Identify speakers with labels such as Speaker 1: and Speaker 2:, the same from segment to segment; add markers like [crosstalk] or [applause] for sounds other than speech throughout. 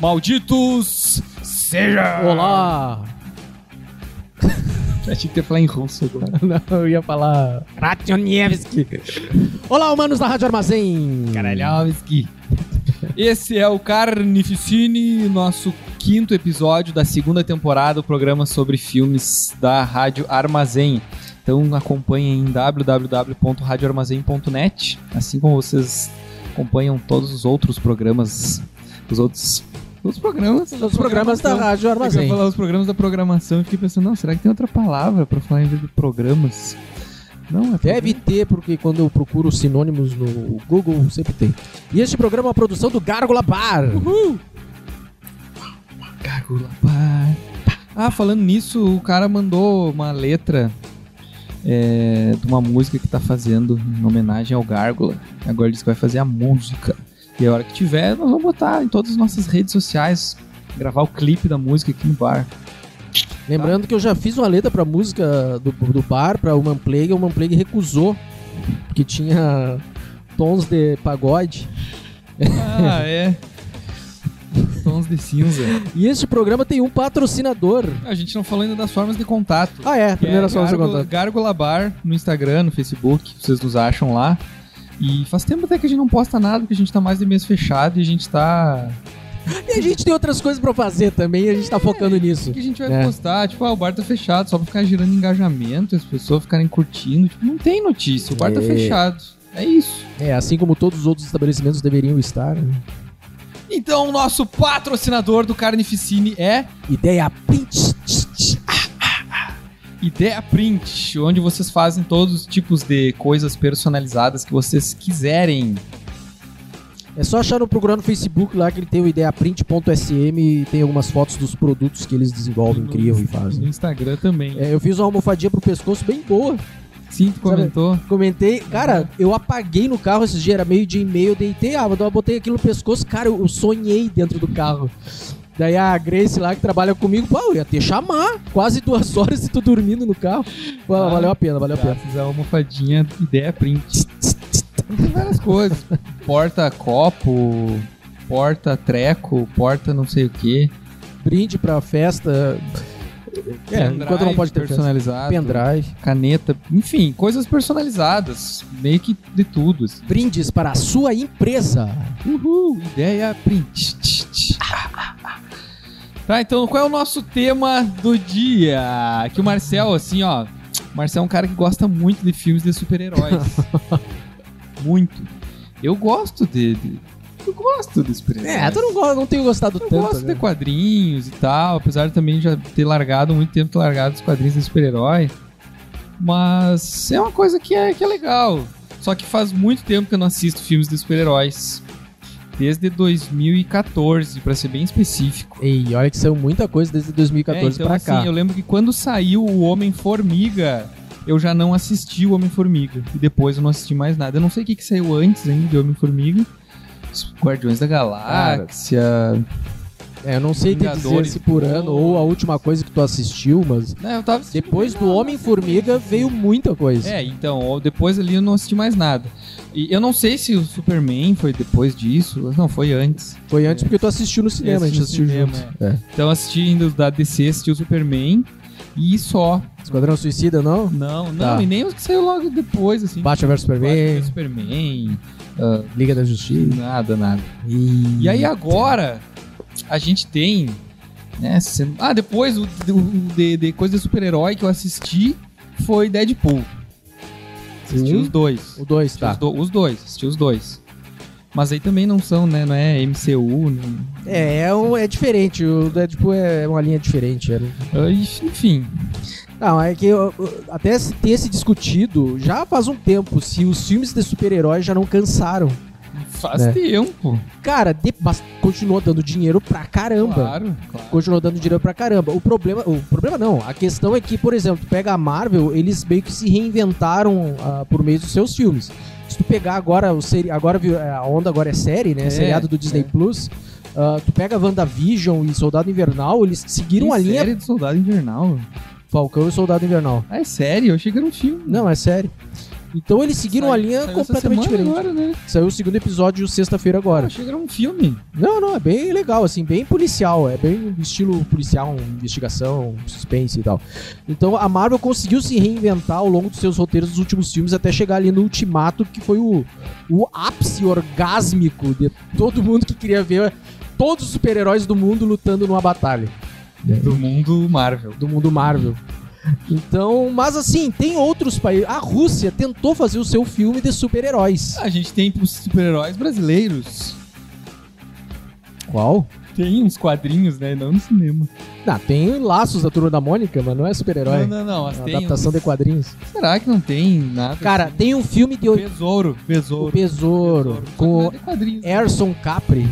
Speaker 1: Malditos seja! [laughs]
Speaker 2: Olá!
Speaker 1: Achei que ia falar em russo agora.
Speaker 2: [laughs] Não, eu ia falar.
Speaker 1: Rationievski.
Speaker 2: Olá, humanos da Rádio Armazém!
Speaker 1: Karaliovski. Esse é o Carnificine, nosso quinto episódio da segunda temporada do programa sobre filmes da Rádio Armazém. Então acompanhem em www.radioarmazém.net, assim como vocês acompanham todos os outros programas, os outros os programas,
Speaker 2: Os programas da Rádio
Speaker 1: Eu
Speaker 2: Armazém.
Speaker 1: ia falar os programas da programação e fiquei pensando, não, será que tem outra palavra pra falar em vez de programas? Não, é
Speaker 2: Deve ter, porque quando eu procuro sinônimos no Google, sempre tem. E este programa é uma produção do Gárgula Bar.
Speaker 1: Gárgula, pá. Ah, falando nisso, o cara mandou uma letra é, de uma música que tá fazendo em homenagem ao Gárgula. Agora ele disse que vai fazer a música. E a hora que tiver, nós vamos botar em todas as nossas redes sociais, gravar o clipe da música aqui no bar.
Speaker 2: Lembrando que eu já fiz uma letra pra música do, do bar, pra Human Plague, e o Human Plague recusou, porque tinha tons de pagode.
Speaker 1: Ah, é. [laughs] Tons de cinza.
Speaker 2: E este programa tem um patrocinador.
Speaker 1: A gente não falou ainda das formas de contato.
Speaker 2: Ah, é, primeira só você
Speaker 1: Gárgula,
Speaker 2: contar.
Speaker 1: Gárgula Bar no Instagram, no Facebook, vocês nos acham lá. E faz tempo até que a gente não posta nada, porque a gente tá mais de mês fechado e a gente tá.
Speaker 2: E a gente tem outras coisas pra fazer também, e a gente tá focando nisso.
Speaker 1: O que a gente vai
Speaker 2: É.
Speaker 1: postar? Tipo, ah, o bar tá fechado, só pra ficar gerando engajamento, as pessoas ficarem curtindo. Tipo, não tem notícia, o bar tá
Speaker 2: É.
Speaker 1: fechado. É isso.
Speaker 2: É, assim como todos os outros estabelecimentos deveriam estar. né?
Speaker 1: Então, o nosso patrocinador do Carnificine é
Speaker 2: Ideia print.
Speaker 1: Ideia Print, onde vocês fazem todos os tipos de coisas personalizadas que vocês quiserem.
Speaker 2: É só achar no procurar no Facebook lá que ele tem o ideaprint.sm e tem algumas fotos dos produtos que eles desenvolvem, criam e
Speaker 1: No
Speaker 2: fazem.
Speaker 1: Instagram também.
Speaker 2: É, eu fiz uma almofadinha pro pescoço bem boa.
Speaker 1: Sim, tu comentou.
Speaker 2: Comentei, cara, eu apaguei no carro esses dias, era meio dia e meio, eu deitei, ah, eu botei aquilo no pescoço, cara, eu, eu sonhei dentro do carro. Daí a Grace lá que trabalha comigo, pô, eu ia te chamar, quase duas [laughs] horas e tu dormindo no carro. Pô,
Speaker 1: Ah,
Speaker 2: valeu a pena, valeu a pena.
Speaker 1: Graças à almofadinha, ideia print. Tem várias coisas. [laughs] Porta copo, porta treco, porta não sei o que.
Speaker 2: É, brinde pra festa. É, enquanto não pode ter festa.
Speaker 1: personalizado.
Speaker 2: Pendrive.
Speaker 1: Caneta, enfim, coisas personalizadas, meio que de tudo. Assim.
Speaker 2: Brindes para a sua empresa.
Speaker 1: Uhul, ideia print. Tch, tch, tch. Ah, ah, ah. Tá, então qual é o nosso tema do dia? Que o Marcel, assim, ó. O Marcel é um cara que gosta muito de filmes de super-heróis. muito. Eu gosto de. de- eu gosto de super-heróis.
Speaker 2: É, tu não, go- não tenho gostado
Speaker 1: Eu
Speaker 2: tanto.
Speaker 1: gosto
Speaker 2: né?
Speaker 1: de quadrinhos e tal, apesar de também já ter largado, muito tempo ter largado os quadrinhos de super-herói. Mas é uma coisa que é, que é legal. Só que faz muito tempo que eu não assisto filmes de super-heróis. Desde 2014, pra ser bem específico.
Speaker 2: Ei, olha que saiu muita coisa desde 2014
Speaker 1: é, então,
Speaker 2: pra
Speaker 1: assim,
Speaker 2: cá.
Speaker 1: Eu lembro que quando saiu o Homem-Formiga, eu já não assisti o Homem-Formiga. E depois eu não assisti mais nada. Eu não sei o que, que saiu antes ainda de Homem-Formiga. Guardiões da Galáxia.
Speaker 2: É, eu não sei te dizer
Speaker 1: Vingadores.
Speaker 2: se por ano ou a última coisa que tu assistiu, mas
Speaker 1: né, eu tava assistindo
Speaker 2: depois do
Speaker 1: nada.
Speaker 2: Homem-Formiga veio muita coisa.
Speaker 1: É, então, ou depois ali eu não assisti mais nada. E eu não sei se o Superman foi depois disso, não, foi antes.
Speaker 2: Foi antes porque tu assistiu no cinema, a gente
Speaker 1: no
Speaker 2: assistiu
Speaker 1: cinema,
Speaker 2: junto. É.
Speaker 1: Então eu assisti ainda os da DC, assisti o Superman e só.
Speaker 2: Esquadrão Suicida, não?
Speaker 1: Não, não,
Speaker 2: Tá.
Speaker 1: e nem os que saiu logo depois, assim.
Speaker 2: Batman vs
Speaker 1: Batman,
Speaker 2: Superman,
Speaker 1: Superman,
Speaker 2: Liga da Justiça.
Speaker 1: nada, nada. E aí agora a gente tem. Né, sendo- Ah, depois o, o- o de, de coisa de super-herói que eu assisti foi Deadpool. Assisti
Speaker 2: Um?
Speaker 1: os dois.
Speaker 2: O 2,
Speaker 1: Tá.
Speaker 2: tá.
Speaker 1: Os, do- os dois, assisti os dois. Mas aí também não são, né? Não é MCU. Não...
Speaker 2: É, é, um- é diferente. O Deadpool é uma linha diferente. Era
Speaker 1: Ah, Enfim.
Speaker 2: Não, é que eu- eu- até se- tem se discutido já faz um tempo se os filmes de super-heróis já não cansaram.
Speaker 1: Faz
Speaker 2: É.
Speaker 1: tempo.
Speaker 2: Cara, de- mas continuou dando dinheiro pra caramba.
Speaker 1: Claro, claro.
Speaker 2: Continuou dando dinheiro pra caramba. O problema, o problema não. A questão é que, por exemplo, tu pega a Marvel, eles meio que se reinventaram ah, por meio dos seus filmes. Se tu pegar agora o seri agora viu- a onda agora é série, né?
Speaker 1: É,
Speaker 2: seriado do Disney
Speaker 1: é.
Speaker 2: Plus. Ah, tu pega WandaVision e Soldado Invernal, eles seguiram
Speaker 1: Tem
Speaker 2: a linha
Speaker 1: série do Soldado Invernal.
Speaker 2: Falcão e Soldado Invernal.
Speaker 1: Ah, é sério? Eu achei que era um filme.
Speaker 2: Não, é sério. Então eles seguiram
Speaker 1: Saiu-
Speaker 2: a linha
Speaker 1: saiu essa
Speaker 2: completamente
Speaker 1: semana
Speaker 2: diferente.
Speaker 1: agora, né?
Speaker 2: Saiu o segundo episódio sexta-feira
Speaker 1: Cara,
Speaker 2: agora.
Speaker 1: achei que era um filme.
Speaker 2: Não, não, é bem legal, assim, bem policial. É bem estilo policial, investigação, um suspense e tal. Então a Marvel conseguiu se reinventar ao longo dos seus roteiros dos últimos filmes até chegar ali no Ultimato, que foi o, o ápice orgásmico de todo mundo que queria ver todos os super-heróis do mundo lutando numa batalha
Speaker 1: Do mundo Marvel.
Speaker 2: do mundo Marvel. Então, mas assim, tem outros países. A Rússia tentou fazer o seu filme de super-heróis.
Speaker 1: A gente tem pros super-heróis brasileiros.
Speaker 2: Qual?
Speaker 1: Tem uns quadrinhos, né? Não no cinema.
Speaker 2: Ah, tem Laços da Turma da Mônica, mas não é super-herói.
Speaker 1: Não, não, não. Mas
Speaker 2: É uma
Speaker 1: tem um
Speaker 2: adaptação
Speaker 1: uns-
Speaker 2: de quadrinhos.
Speaker 1: Será que não tem nada? assim?
Speaker 2: Cara, tem um filme de oito-
Speaker 1: Besouro.
Speaker 2: O
Speaker 1: Besouro.
Speaker 2: Besouro,
Speaker 1: Só que não
Speaker 2: com
Speaker 1: é
Speaker 2: o
Speaker 1: de quadrinhos.
Speaker 2: Erson Capri,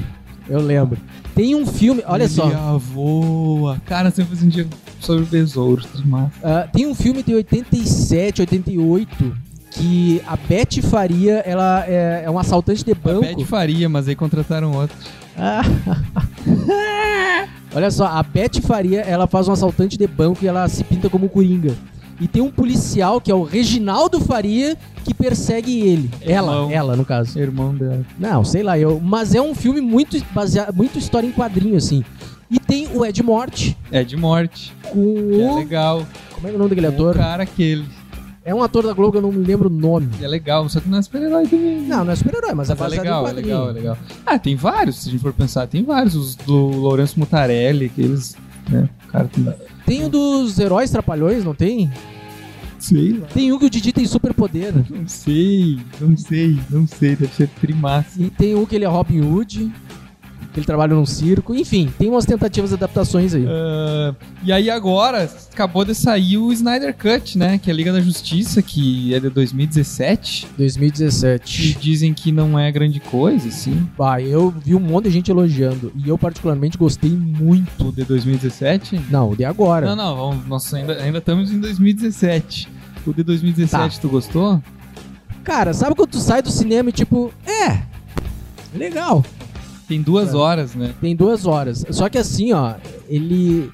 Speaker 2: eu lembro. Tem um filme, olha
Speaker 1: Ele
Speaker 2: só,
Speaker 1: Voa. Cara, você fez um dia sobre o besouro. tudo mais.
Speaker 2: ah, tem um filme de 87, 88, que a Beth Faria, ela é, é um assaltante de
Speaker 1: A
Speaker 2: banco.
Speaker 1: Beth faria, mas aí contrataram outro.
Speaker 2: Ah. [laughs] Olha só, a Beth Faria, ela faz um assaltante de banco e ela se pinta como um Coringa. E tem um policial, que é o Reginaldo Faria, que persegue ele. Ela,
Speaker 1: É Irmão.
Speaker 2: ela, no caso.
Speaker 1: Irmão dela.
Speaker 2: Não, sei lá, eu. Mas é um filme muito baseado, muito história em quadrinho, assim. E tem o Ed Morte
Speaker 1: É de morte.
Speaker 2: com
Speaker 1: Que é
Speaker 2: o.
Speaker 1: legal.
Speaker 2: como é o nome daquele
Speaker 1: O
Speaker 2: ator?
Speaker 1: cara aquele.
Speaker 2: É um ator da Globo, eu não me lembro o nome.
Speaker 1: que É legal. Só que não é super-herói também.
Speaker 2: Não, não é super-herói, mas,
Speaker 1: Mas
Speaker 2: é
Speaker 1: é
Speaker 2: baseado
Speaker 1: legal,
Speaker 2: em
Speaker 1: é
Speaker 2: quadrinho.
Speaker 1: legal, é legal. Ah, tem vários, se a gente for pensar, tem vários. Os do Lourenço Mutarelli, aqueles. Né? O cara tem.
Speaker 2: Tem o dos heróis trapalhões, não tem?
Speaker 1: Sei lá.
Speaker 2: Tem um que o Didi tem superpoder.
Speaker 1: Não sei, não sei, não sei. Deve ser primassa.
Speaker 2: E tem um que ele é Robin Hood, que ele trabalha num circo. Enfim, tem umas tentativas de adaptações aí.
Speaker 1: Ah, e aí agora acabou de sair o Snyder Cut, né? Que é a Liga da Justiça, que é de 2017. E
Speaker 2: 2017.
Speaker 1: dizem que não é grande coisa, assim.
Speaker 2: Bah, eu vi um monte de gente elogiando. E eu particularmente gostei muito.
Speaker 1: O de 2017?
Speaker 2: Não, o de agora.
Speaker 1: Não, não, vamos, nossa, ainda, ainda estamos em 2017. O de 2017, tu gostou?
Speaker 2: Cara, sabe quando tu sai do cinema e tipo, é. Legal.
Speaker 1: Tem duas
Speaker 2: É.
Speaker 1: horas, né?
Speaker 2: Tem duas horas. Só que assim, ó, ele.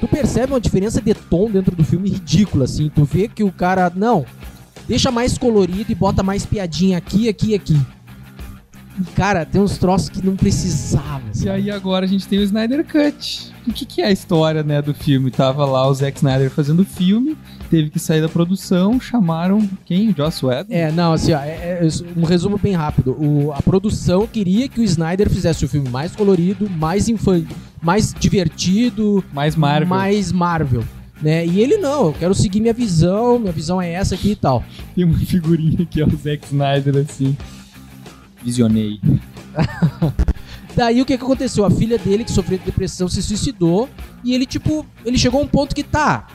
Speaker 2: Tu percebe uma diferença de tom dentro do filme ridícula, assim. Tu vê que o cara. Não, deixa mais colorido e bota mais piadinha aqui, aqui e aqui. E, cara, tem uns troços que não precisava.
Speaker 1: E
Speaker 2: sabe?
Speaker 1: aí agora a gente tem o Snyder Cut. O que, que é a história né, do filme? Tava lá o Zack Snyder fazendo o filme, teve que sair da produção, chamaram quem? Joss Whedon?
Speaker 2: É, não, assim, ó, é- é um resumo bem rápido. O- a produção queria que o Snyder fizesse o filme mais colorido, mais infantil, mais divertido,
Speaker 1: Mais Marvel.
Speaker 2: mais Marvel. Né? E ele não, eu quero seguir minha visão, minha visão é essa aqui e tal.
Speaker 1: Tem uma figurinha que é o Zack Snyder assim. Visionei. Um
Speaker 2: Daí o que, que aconteceu? A filha dele, que sofreu de depressão, se suicidou. E ele, tipo, ele chegou a um ponto que tá.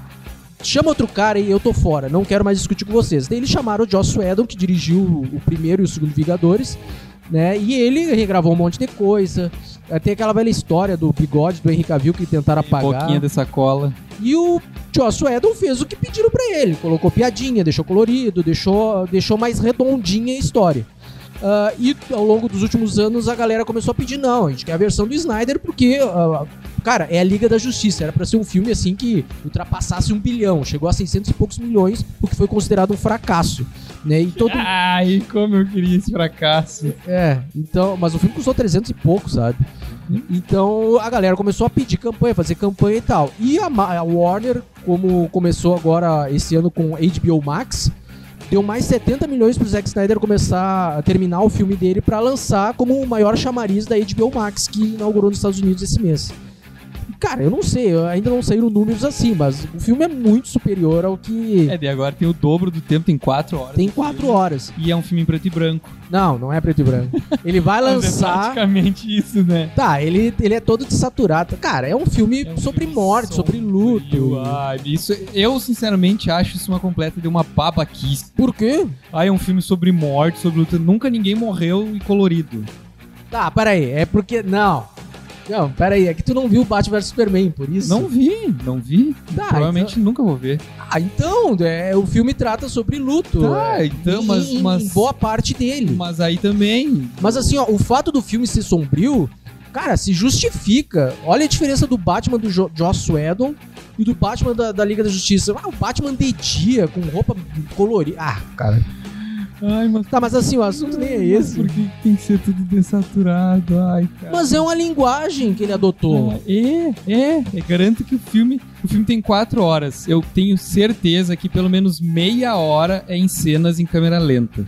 Speaker 2: Chama outro cara e eu tô fora, não quero mais discutir com vocês. Daí eles chamaram o Joss Whedon, que dirigiu o primeiro e o segundo Vingadores, né? E ele regravou um monte de coisa. Eh, Tem aquela velha história do bigode do Henry Cavill que tentaram apagar.
Speaker 1: Boquinha de sacola.
Speaker 2: E o Joss Whedon fez o que pediram pra ele. Colocou piadinha, deixou colorido, deixou, deixou mais redondinha a história. Ah, e ao longo dos últimos anos a galera começou a pedir, não, a gente quer a versão do Snyder porque, ah, cara, é a Liga da Justiça. Era pra ser um filme assim que ultrapassasse um bilhão. Chegou a 600 e poucos milhões, o que foi considerado um fracasso. Né? E todo
Speaker 1: Ai, como eu queria esse fracasso.
Speaker 2: é, então, mas o filme custou 300 e pouco, sabe? Então a galera começou a pedir campanha, fazer campanha e tal. E a, Ma- a Warner, como começou agora esse ano com HBO Max, deu mais 70 milhões pro Zack Snyder começar a terminar o filme dele pra lançar como o maior chamariz da HBO Max que inaugurou nos Estados Unidos esse mês. Cara, eu não sei, eu- ainda não saíram números assim, mas o filme é muito superior ao que
Speaker 1: É, daí agora tem o dobro do tempo, tem quatro horas.
Speaker 2: tem quatro horas.
Speaker 1: E é um filme em preto e branco.
Speaker 2: Não, não é preto e branco.
Speaker 1: [laughs]
Speaker 2: Ele vai
Speaker 1: Mas É
Speaker 2: lançar
Speaker 1: praticamente isso, né?
Speaker 2: Tá, ele, ele é todo desaturado. Cara, é um filme
Speaker 1: É um ah.
Speaker 2: sobre
Speaker 1: filme
Speaker 2: morte, sobre luto.
Speaker 1: sombrio, ai, isso, eu, sinceramente, acho isso uma completa de uma babaquice.
Speaker 2: Por quê?
Speaker 1: Ah, é um filme sobre morte, sobre luta. Nunca ninguém morreu e colorido.
Speaker 2: Tá, peraí. É porque. Não. Não, peraí. É que tu não viu Batman vs Superman, por isso.
Speaker 1: Não vi, não vi.
Speaker 2: Tá,
Speaker 1: Provavelmente nunca vou ver.
Speaker 2: Então, ah, então é, o filme trata sobre luto.
Speaker 1: Tá,
Speaker 2: é,
Speaker 1: então,
Speaker 2: em-
Speaker 1: mas-
Speaker 2: em,
Speaker 1: mas-
Speaker 2: boa parte dele.
Speaker 1: Mas aí também.
Speaker 2: Mas assim, ó, o fato do filme ser sombrio, cara, se justifica. Olha a diferença do Batman do jo Joss Whedon e do Batman da, da Liga da Justiça. Ah, o Batman de dia, com roupa colorida. Ah, cara.
Speaker 1: Ai, mas
Speaker 2: Tá, mas assim, o assunto nem é
Speaker 1: Mas
Speaker 2: esse.
Speaker 1: Por que que tem que ser tudo desaturado? Ai, cara.
Speaker 2: Mas é uma linguagem que ele adotou.
Speaker 1: Ah, É, é, eu garanto que o filme, o filme tem quatro horas. Eu tenho certeza que pelo menos meia hora é em cenas em câmera lenta.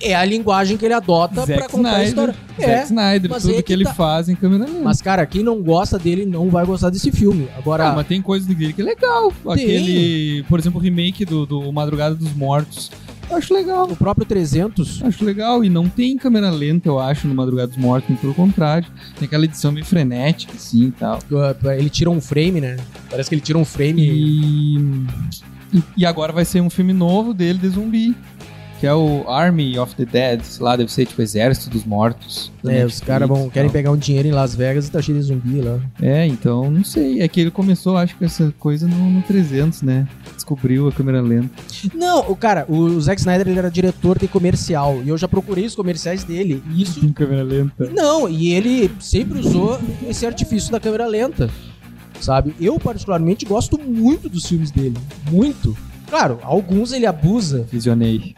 Speaker 2: É a linguagem que ele adota pra
Speaker 1: Zack
Speaker 2: contar a
Speaker 1: Snyder,
Speaker 2: história.
Speaker 1: Zack
Speaker 2: É.
Speaker 1: Snyder,
Speaker 2: mas
Speaker 1: tudo
Speaker 2: é
Speaker 1: que,
Speaker 2: que
Speaker 1: ele
Speaker 2: tá-
Speaker 1: faz em câmera lenta.
Speaker 2: Mas, cara, quem não gosta dele não vai gostar desse filme. Agora,
Speaker 1: Ah, mas tem coisa dele que é legal. Aquele, por exemplo, o remake do, do Madrugada dos Mortos. Eu acho legal.
Speaker 2: o próprio 300,
Speaker 1: Acho legal. E não tem câmera lenta, eu acho, no Madrugada dos Mortos. muito Pelo contrário. Tem aquela edição meio frenética, assim, e tal.
Speaker 2: uh, ele tira um frame, né? Parece que ele tira um frame.
Speaker 1: E... e- E agora vai ser um filme novo dele de zumbi. Que é o Army of the Dead. Sei lá, deve ser tipo Exército dos Mortos. da
Speaker 2: É,
Speaker 1: Netflix
Speaker 2: os caras vão-
Speaker 1: e
Speaker 2: querem
Speaker 1: tal.
Speaker 2: pegar um dinheiro em Las Vegas e tá cheio de zumbi lá.
Speaker 1: É, então, não sei. É que ele começou, acho que essa coisa no, no 300, né? Descobriu a câmera lenta.
Speaker 2: Não, o cara, o Zack Snyder ele era diretor de comercial e eu já procurei os comerciais dele. E isso
Speaker 1: Em câmera lenta.
Speaker 2: não, e ele sempre usou esse artifício da câmera lenta. Sabe? Eu particularmente gosto muito dos filmes dele, muito. Claro, alguns ele abusa,
Speaker 1: Visionei.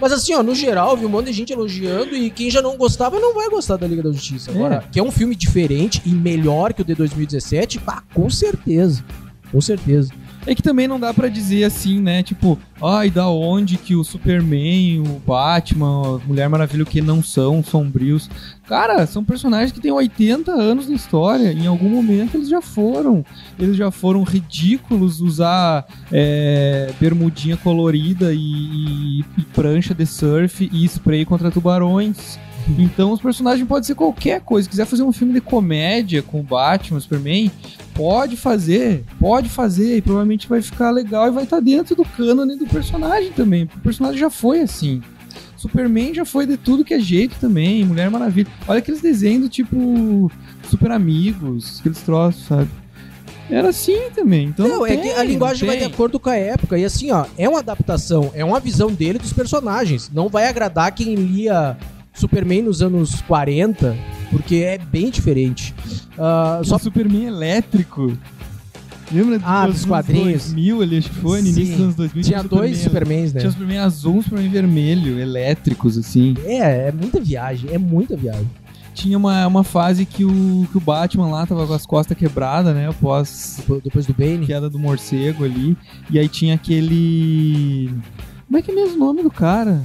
Speaker 2: mas assim, ó, no geral, eu vi um monte de gente elogiando e quem já não gostava não vai gostar da Liga da Justiça
Speaker 1: É.
Speaker 2: agora, que é um filme diferente e melhor que o de 2017, pá, com certeza. Com certeza.
Speaker 1: É que também não dá pra dizer assim, né? Tipo, ai, da onde que o Superman, o Batman, a Mulher Maravilha, o que não são, sombrios. Cara, são personagens que têm 80 anos na história. Em algum momento eles já foram. Eles já foram ridículos usar é, bermudinha colorida e, e- e prancha de surf e spray contra tubarões.
Speaker 2: Uhum.
Speaker 1: Então os personagens podem ser qualquer coisa. Se quiser fazer um filme de comédia com o Batman, Superman, pode fazer, pode fazer, e provavelmente vai ficar legal e vai estar dentro do cânone do personagem também. porque O personagem já foi assim. Superman já foi de tudo que é jeito também, Mulher Maravilha. Olha aqueles desenhos do tipo Super Amigos, aqueles troços, sabe? Era assim também. Então
Speaker 2: Não, é
Speaker 1: tem,
Speaker 2: que a linguagem
Speaker 1: não
Speaker 2: vai de
Speaker 1: tem.
Speaker 2: acordo com a época. E assim, ó, é uma adaptação, é uma visão dele dos personagens. Não vai agradar quem lia Superman nos anos 40, porque é bem diferente. Ah,
Speaker 1: Só
Speaker 2: só
Speaker 1: Superman é elétrico. Lembra
Speaker 2: Ah, dos
Speaker 1: anos
Speaker 2: quadrinhos.
Speaker 1: 2000, ele acho que foi, no início
Speaker 2: Sim.
Speaker 1: dos anos 2000.
Speaker 2: tinha dois
Speaker 1: Superman
Speaker 2: Supermans, né?
Speaker 1: Tinha Superman azul, Superman vermelho, elétricos, assim.
Speaker 2: É, é muita viagem, é muita viagem.
Speaker 1: Tinha uma, uma fase que o, que o Batman lá tava com as costas quebradas, né? Após
Speaker 2: Depois- Depois do
Speaker 1: a
Speaker 2: Bane.
Speaker 1: queda do morcego ali. E aí tinha aquele. Como é que é mesmo o nome do cara?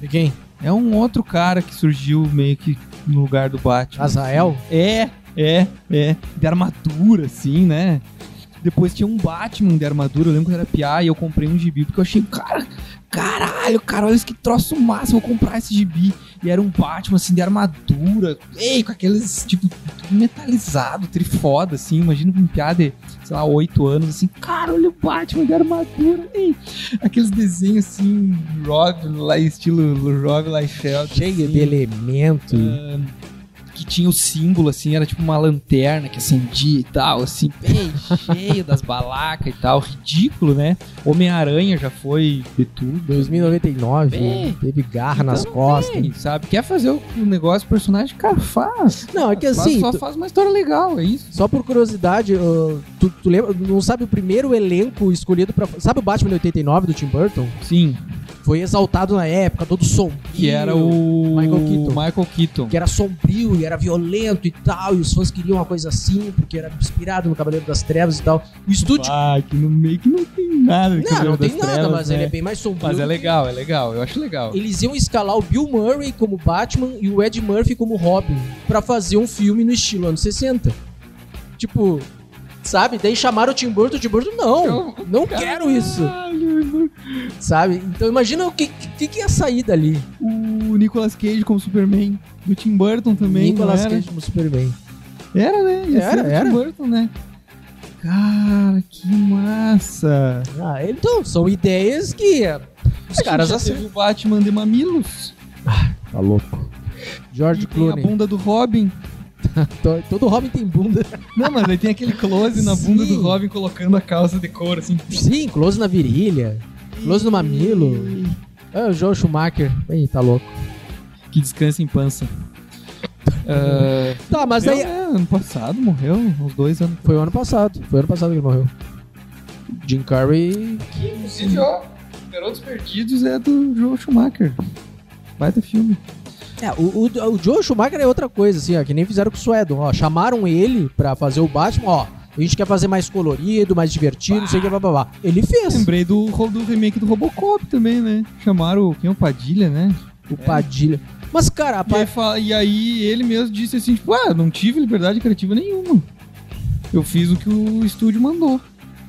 Speaker 2: De quem?
Speaker 1: É um outro cara que surgiu meio que no lugar do Batman.
Speaker 2: Azael?
Speaker 1: É, é, é. De armadura, assim, né? Depois tinha um Batman de armadura, eu lembro que era piá e eu comprei um gibi, porque eu achei, cara, caralho, cara, olha isso que troço massa, vou comprar esse gibi. E era um Batman, assim, de armadura, ei, com aqueles, tipo, tudo metalizado, trifoda, assim, imagina um piá de, sei lá, oito anos, assim, cara, olha o Batman de armadura, ei. Aqueles desenhos, assim, Rob, lá, estilo Rob Liefeld.
Speaker 2: Cheio
Speaker 1: assim,
Speaker 2: de elemento.
Speaker 1: Ah, que tinha o símbolo, assim, era tipo uma lanterna que acendia e tal, assim, bem cheio das balacas e tal, ridículo, né? Homem-Aranha já foi de tudo.
Speaker 2: 2099,
Speaker 1: Bem,
Speaker 2: teve garra nas
Speaker 1: Então,
Speaker 2: costas.
Speaker 1: tem, sabe? Quer fazer o o negócio, o personagem, cara, faz.
Speaker 2: Não, é que
Speaker 1: Mas
Speaker 2: assim,
Speaker 1: Só
Speaker 2: tu-
Speaker 1: faz uma história legal, é isso.
Speaker 2: Só por curiosidade, uh, tu, tu lembra, não sabe o primeiro elenco escolhido pra. Sabe o Batman de 89 do Tim Burton?
Speaker 1: Sim.
Speaker 2: Foi exaltado na época, todo sombrio.
Speaker 1: Que era o.
Speaker 2: Michael Keaton.
Speaker 1: Michael Keaton.
Speaker 2: Que era sombrio e era violento e tal, e os fãs queriam uma coisa assim, porque era inspirado no Cavaleiro das Trevas e tal. O estúdio.
Speaker 1: Ah, que no meio que não tem nada. de
Speaker 2: não,
Speaker 1: Cavaleiro
Speaker 2: não tem
Speaker 1: das
Speaker 2: nada,
Speaker 1: Trevas,
Speaker 2: mas
Speaker 1: né?
Speaker 2: ele é bem mais sombrio.
Speaker 1: Mas é legal, é legal, eu acho legal.
Speaker 2: Eles iam escalar o Bill Murray como Batman e o Ed Murphy como Robin pra fazer um filme no estilo anos 60. Tipo, sabe? Daí chamaram o Tim Burton, o Tim Burton, não,
Speaker 1: Eu-
Speaker 2: não quero isso.
Speaker 1: Caralho,
Speaker 2: sabe? Então imagina o que, que, que ia sair dali.
Speaker 1: o Nicolas Cage como Superman, do Tim Burton também.
Speaker 2: Nicolas
Speaker 1: não era?
Speaker 2: Cage como Superman.
Speaker 1: Era, né? Ia
Speaker 2: Era,
Speaker 1: ser do
Speaker 2: era.
Speaker 1: Tim Burton, né? Cara, que massa!
Speaker 2: Ah, então, são ideias que eh, os caras
Speaker 1: já
Speaker 2: assim.
Speaker 1: teve o Batman de mamilos.
Speaker 2: Tá louco. George
Speaker 1: E tem a
Speaker 2: Clooney.
Speaker 1: bunda do Robin.
Speaker 2: To- Todo Robin tem bunda.
Speaker 1: Não, mas aí tem aquele close na bunda
Speaker 2: Sim.
Speaker 1: do Robin colocando a calça de couro, assim.
Speaker 2: Sim, close na virilha. Close no mamilo. Ah, o Joel Schumacher. Ih, tá louco.
Speaker 1: Que descansa em pança. Ah,
Speaker 2: Tá, mas
Speaker 1: morreu,
Speaker 2: aí.
Speaker 1: né? ano passado morreu, uns dois anos.
Speaker 2: Foi ano passado. Foi ano passado que ele morreu. Jim Carrey.
Speaker 1: Que Garotos Perdidos é do Joel Schumacher. Baita filme.
Speaker 2: É, o, o, o Joe Schumacher é outra coisa, assim, ó, que nem fizeram com o Swedon, ó. Chamaram ele pra fazer o Batman, ó. A gente quer fazer mais colorido, mais divertido, não sei o que, babá. Ele fez.
Speaker 1: Lembrei do, ro- do remake do Robocop também, né? Chamaram o- quem é o Padilha, né?
Speaker 2: O Padilha. Mas, cara, a
Speaker 1: E aí,
Speaker 2: pa-
Speaker 1: fa- e aí ele mesmo disse assim, tipo, ah, não tive liberdade criativa nenhuma. Eu fiz o que o estúdio mandou.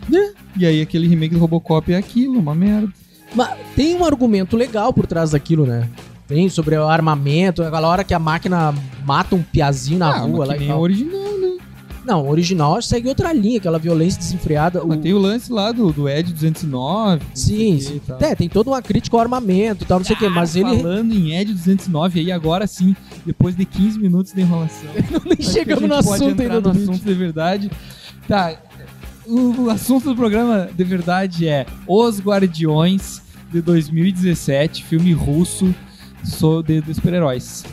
Speaker 1: Né? E aí aquele remake do Robocop é aquilo, uma merda.
Speaker 2: ma- tem um argumento legal por trás daquilo, né? Tem sobre o armamento, aquela hora que a máquina mata um piazinho na
Speaker 1: Ah,
Speaker 2: rua
Speaker 1: mas
Speaker 2: lá
Speaker 1: que
Speaker 2: e
Speaker 1: nem o
Speaker 2: tal.
Speaker 1: original, né?
Speaker 2: Não, o original segue outra linha, aquela violência desenfreada.
Speaker 1: Mas
Speaker 2: o-
Speaker 1: tem o lance lá do, do Ed 209. não sei
Speaker 2: Sim, Ah,
Speaker 1: o quê
Speaker 2: sim.
Speaker 1: e tal. Ah,
Speaker 2: É, tem toda uma crítica ao armamento e tal, não sei o que, mas ele
Speaker 1: Falando em Ed 209 aí, agora sim, depois de 15 minutos de enrolação.
Speaker 2: [laughs]
Speaker 1: Acho
Speaker 2: nem
Speaker 1: que a
Speaker 2: chegamos
Speaker 1: gente
Speaker 2: no
Speaker 1: pode
Speaker 2: assunto
Speaker 1: entrar
Speaker 2: ainda
Speaker 1: no
Speaker 2: do vídeo.
Speaker 1: assunto de verdade. Tá, o, o assunto do programa de verdade é Os Guardiões de 2017, filme russo so- de, de super-heróis.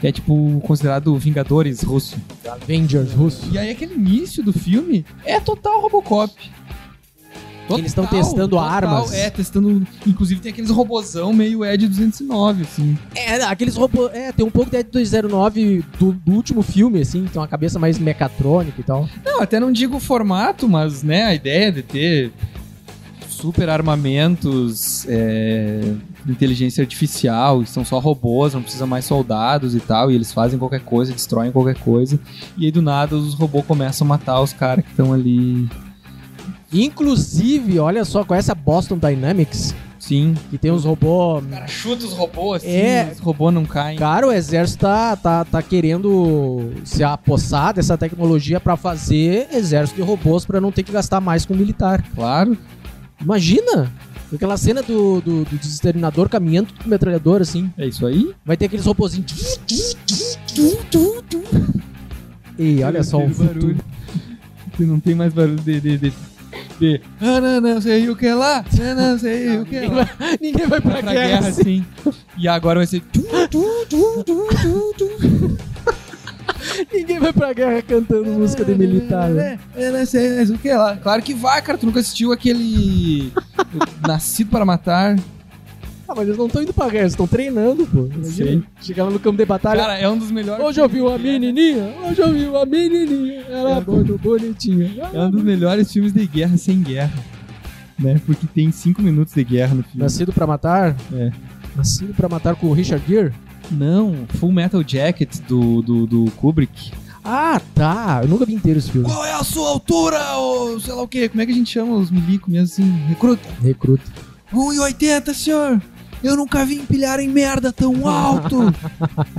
Speaker 1: Que é tipo considerado Vingadores russo.
Speaker 2: Avengers russo.
Speaker 1: E aí aquele início do filme é total Robocop.
Speaker 2: Eles estão testando armas.
Speaker 1: É, testando. Inclusive tem aqueles robozão meio Ed 209, assim.
Speaker 2: É, aqueles robôs. É, tem um pouco da 209 do, do último filme, assim, tem uma cabeça mais mecatrônica e tal.
Speaker 1: Não, até não digo o formato, mas né, a ideia de ter super armamentos, é, inteligência artificial, que são só robôs, não precisa mais soldados e tal, e eles fazem qualquer coisa, destroem qualquer coisa, e aí do nada os robôs começam a matar os caras que estão ali.
Speaker 2: Inclusive, olha só, conhece a Boston Dynamics?
Speaker 1: Sim.
Speaker 2: Que tem uns robôs.
Speaker 1: O cara chuta os robôs
Speaker 2: assim, É.
Speaker 1: os robôs não caem.
Speaker 2: Cara, o exército tá, tá, tá querendo se apossar dessa tecnologia pra fazer exército de robôs pra não ter que gastar mais com militar.
Speaker 1: Claro.
Speaker 2: Imagina! Aquela cena do, do, do exterminador caminhando com metralhador, assim.
Speaker 1: É isso aí.
Speaker 2: Vai ter aqueles robôzinhos. E olha só o
Speaker 1: Aquele
Speaker 2: futuro.
Speaker 1: barulho. Que Não tem mais barulho de. de, de, de ah, não, não sei o que lá. Não, não sei o que é
Speaker 2: Ninguém
Speaker 1: lá.
Speaker 2: vai, ninguém vai pra,
Speaker 1: pra,
Speaker 2: guerra.
Speaker 1: guerra,
Speaker 2: assim.
Speaker 1: assim. E agora vai ser.
Speaker 2: [laughs] Ninguém vai pra guerra cantando música de militar. né?
Speaker 1: É, não sei, mas o que lá. Claro que vai, cara. Tu nunca assistiu aquele. [laughs] Nascido para Matar.
Speaker 2: Ah, mas eles não estão indo pra guerra, eles estão treinando, pô. Imagina, Chegava no campo de batalha.
Speaker 1: Cara, é um dos melhores.
Speaker 2: Hoje eu vi uma menininha, hoje eu vi uma menininha, ela é muito bonitinha.
Speaker 1: É um dos melhores filmes de guerra sem guerra. Né? Porque tem 5 minutos de guerra no filme.
Speaker 2: Nascido pra matar?
Speaker 1: É.
Speaker 2: Nascido pra matar com o Richard Gere?
Speaker 1: Não, Full Metal Jacket do, do, do Kubrick.
Speaker 2: Ah, tá. Eu nunca vi inteiro esse filme.
Speaker 1: Qual é a sua altura, ou sei lá o quê? Como é que a gente chama os milico mesmo assim? Recruta.
Speaker 2: Recruta.
Speaker 1: 1,80, senhor! Eu nunca vi empilhar em merda tão alto!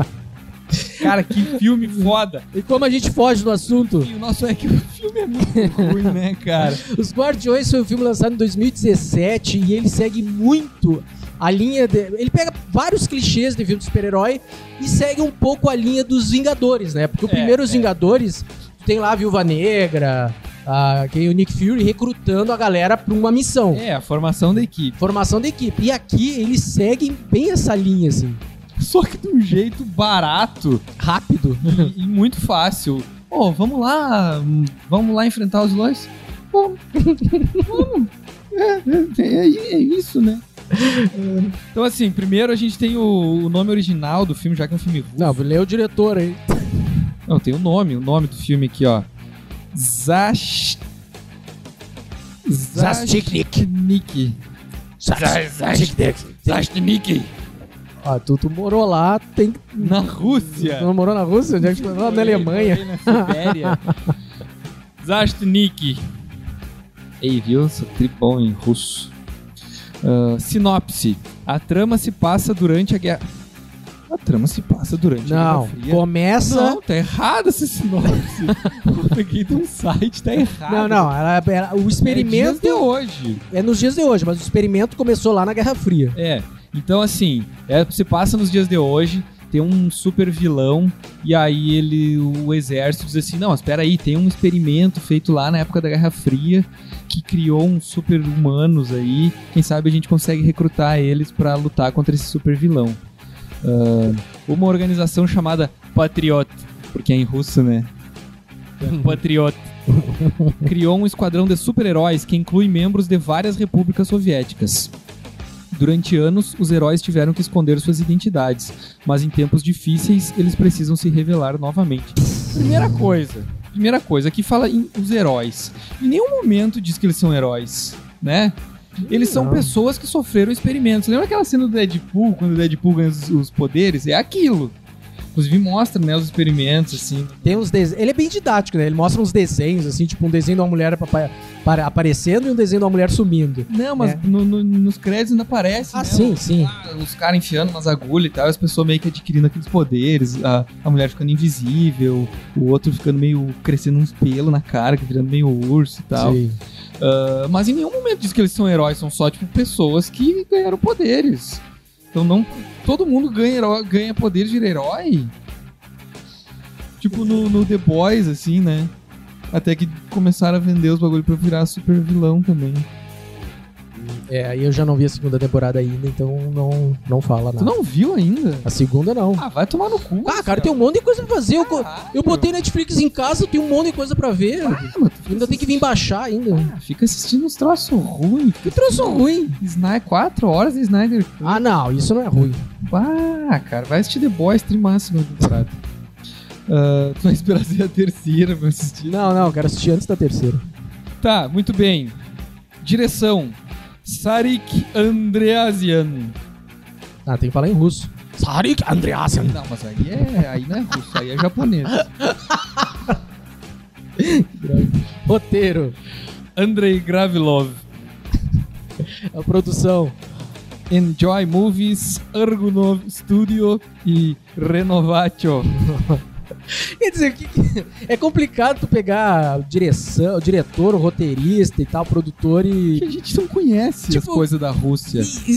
Speaker 1: [laughs] Cara, que filme foda!
Speaker 2: E como a gente foge do assunto?
Speaker 1: E o nosso é que o filme é muito ruim, né, cara?
Speaker 2: Os Guardiões foi um filme lançado em 2017 e ele segue muito a linha. de- Ele pega vários clichês de filme de super-herói e segue um pouco a linha dos Vingadores, né? Porque o
Speaker 1: É,
Speaker 2: primeiro, os
Speaker 1: é.
Speaker 2: Vingadores, tem lá a Viúva Negra, a... quem- o Nick Fury recrutando a galera pra uma missão.
Speaker 1: É, a formação da equipe.
Speaker 2: Formação da equipe. E aqui eles seguem bem essa linha, assim.
Speaker 1: Só que de um jeito barato
Speaker 2: Rápido.
Speaker 1: e, e muito fácil. Ô, vamos lá, hum, vamos lá enfrentar os vilões? Bom, vamos. É, é, é- é isso, né? Então, assim, primeiro a gente tem o, o nome original do filme, já que é um filme russo.
Speaker 2: Não, vou ler o diretor aí.
Speaker 1: Não, tem o nome, o nome do filme aqui, ó. Zash...
Speaker 2: Zastiknik.
Speaker 1: Zastiknik. Zastiknik.
Speaker 2: Ah, tu, tu morou lá, tem que.
Speaker 1: Na Rússia.
Speaker 2: Tu não morou na Rússia? Onde é que tu morou? Na Alemanha.
Speaker 1: Morei Na Sibéria. Zastiknik. Ei, viu? Sou tribom em russo. Ah, sinopse. A trama se passa durante a guerra... A trama se passa durante a
Speaker 2: Não,
Speaker 1: Guerra Fria.
Speaker 2: começa.
Speaker 1: Não, tá errado essa
Speaker 2: [laughs]
Speaker 1: sinopse. Eu peguei de um site, tá errado.
Speaker 2: Não, não, era- era- o
Speaker 1: Experimento
Speaker 2: experimento
Speaker 1: hoje.
Speaker 2: é, nos dias de hoje, mas o experimento começou lá na Guerra Fria.
Speaker 1: É. Então, assim, é, se passa nos dias de hoje, tem um super vilão, e aí ele, o exército diz assim, não, espera aí, tem um experimento feito lá na época da Guerra Fria, que criou uns super humanos aí, quem sabe a gente consegue recrutar eles pra lutar contra esse super vilão. Ah, uma organização chamada Patriot, porque é em russo, né? [laughs] Patriot. criou um esquadrão de super-heróis que inclui membros de várias repúblicas soviéticas. Durante anos, os heróis tiveram que esconder suas identidades, mas em tempos difíceis, eles precisam se revelar novamente. Primeira coisa, primeira coisa, aqui fala em os heróis. Em nenhum momento diz que eles são heróis, né? Eles são
Speaker 2: Não.
Speaker 1: pessoas que sofreram experimentos. Lembra aquela cena do Deadpool, quando o Deadpool ganha os, os poderes? É aquilo. Inclusive mostra, né, os experimentos, assim.
Speaker 2: Tem uns des... Ele é bem didático, né? Ele mostra uns desenhos, assim, tipo um desenho de uma mulher apa- para- aparecendo e um desenho de uma mulher sumindo.
Speaker 1: Não, mas
Speaker 2: É.
Speaker 1: no- no- nos créditos ainda aparece,
Speaker 2: Ah,
Speaker 1: né,
Speaker 2: sim, sim.
Speaker 1: Ah, os caras enfiando umas agulhas e tal, e as pessoas meio que adquirindo aqueles poderes, a, a mulher ficando invisível, o outro ficando meio crescendo uns pelos na cara, que virando meio urso e tal.
Speaker 2: Sim.
Speaker 1: Ah, mas em nenhum momento diz que eles são heróis, são só tipo pessoas que ganharam poderes. Então não todo mundo ganha heró- ganha poderes vira herói. Tipo no, no The Boys assim, né? Até que começaram a vender os bagulho pra virar super vilão também.
Speaker 2: É, aí eu já não vi a segunda temporada ainda, então não, não fala
Speaker 1: Tu
Speaker 2: nada.
Speaker 1: não viu ainda?
Speaker 2: A segunda não.
Speaker 1: Ah, vai tomar no cu. Ah,
Speaker 2: Ah, cara, tem um monte de coisa pra fazer. Eu, co-
Speaker 1: Caralho.
Speaker 2: eu botei Netflix em casa, tem um monte de coisa pra ver.
Speaker 1: Ah, mas tu
Speaker 2: Ainda tem que vir baixar ainda.
Speaker 1: Ah, fica assistindo uns troços ruins.
Speaker 2: Que troço ruim.
Speaker 1: Snyder, 4 horas de Snyder.
Speaker 2: Ah, não, isso não é ruim.
Speaker 1: Ah, cara, vai assistir The Boys, streamar a segunda temporada. Ah, tu vai esperar ser a terceira pra assistir.
Speaker 2: Não, não, quero assistir antes da terceira.
Speaker 1: Tá, muito bem. Direção. Sarik Andreasian.
Speaker 2: Ah, tem que falar em russo. Sarik Andreasen.
Speaker 1: Não, mas aí é. Aí não é russo, aí é japonês.
Speaker 2: Roteiro,
Speaker 1: Andrei Gravilov.
Speaker 2: a produção.
Speaker 1: Enjoy Movies, Ergunov Studio e Renovatio.
Speaker 2: Quer dizer, o que que- é complicado tu pegar a direção, o diretor, o roteirista e tal, o produtor
Speaker 1: que
Speaker 2: e.
Speaker 1: a gente não conhece as
Speaker 2: Tipo,
Speaker 1: coisas da Rússia.
Speaker 2: e- e-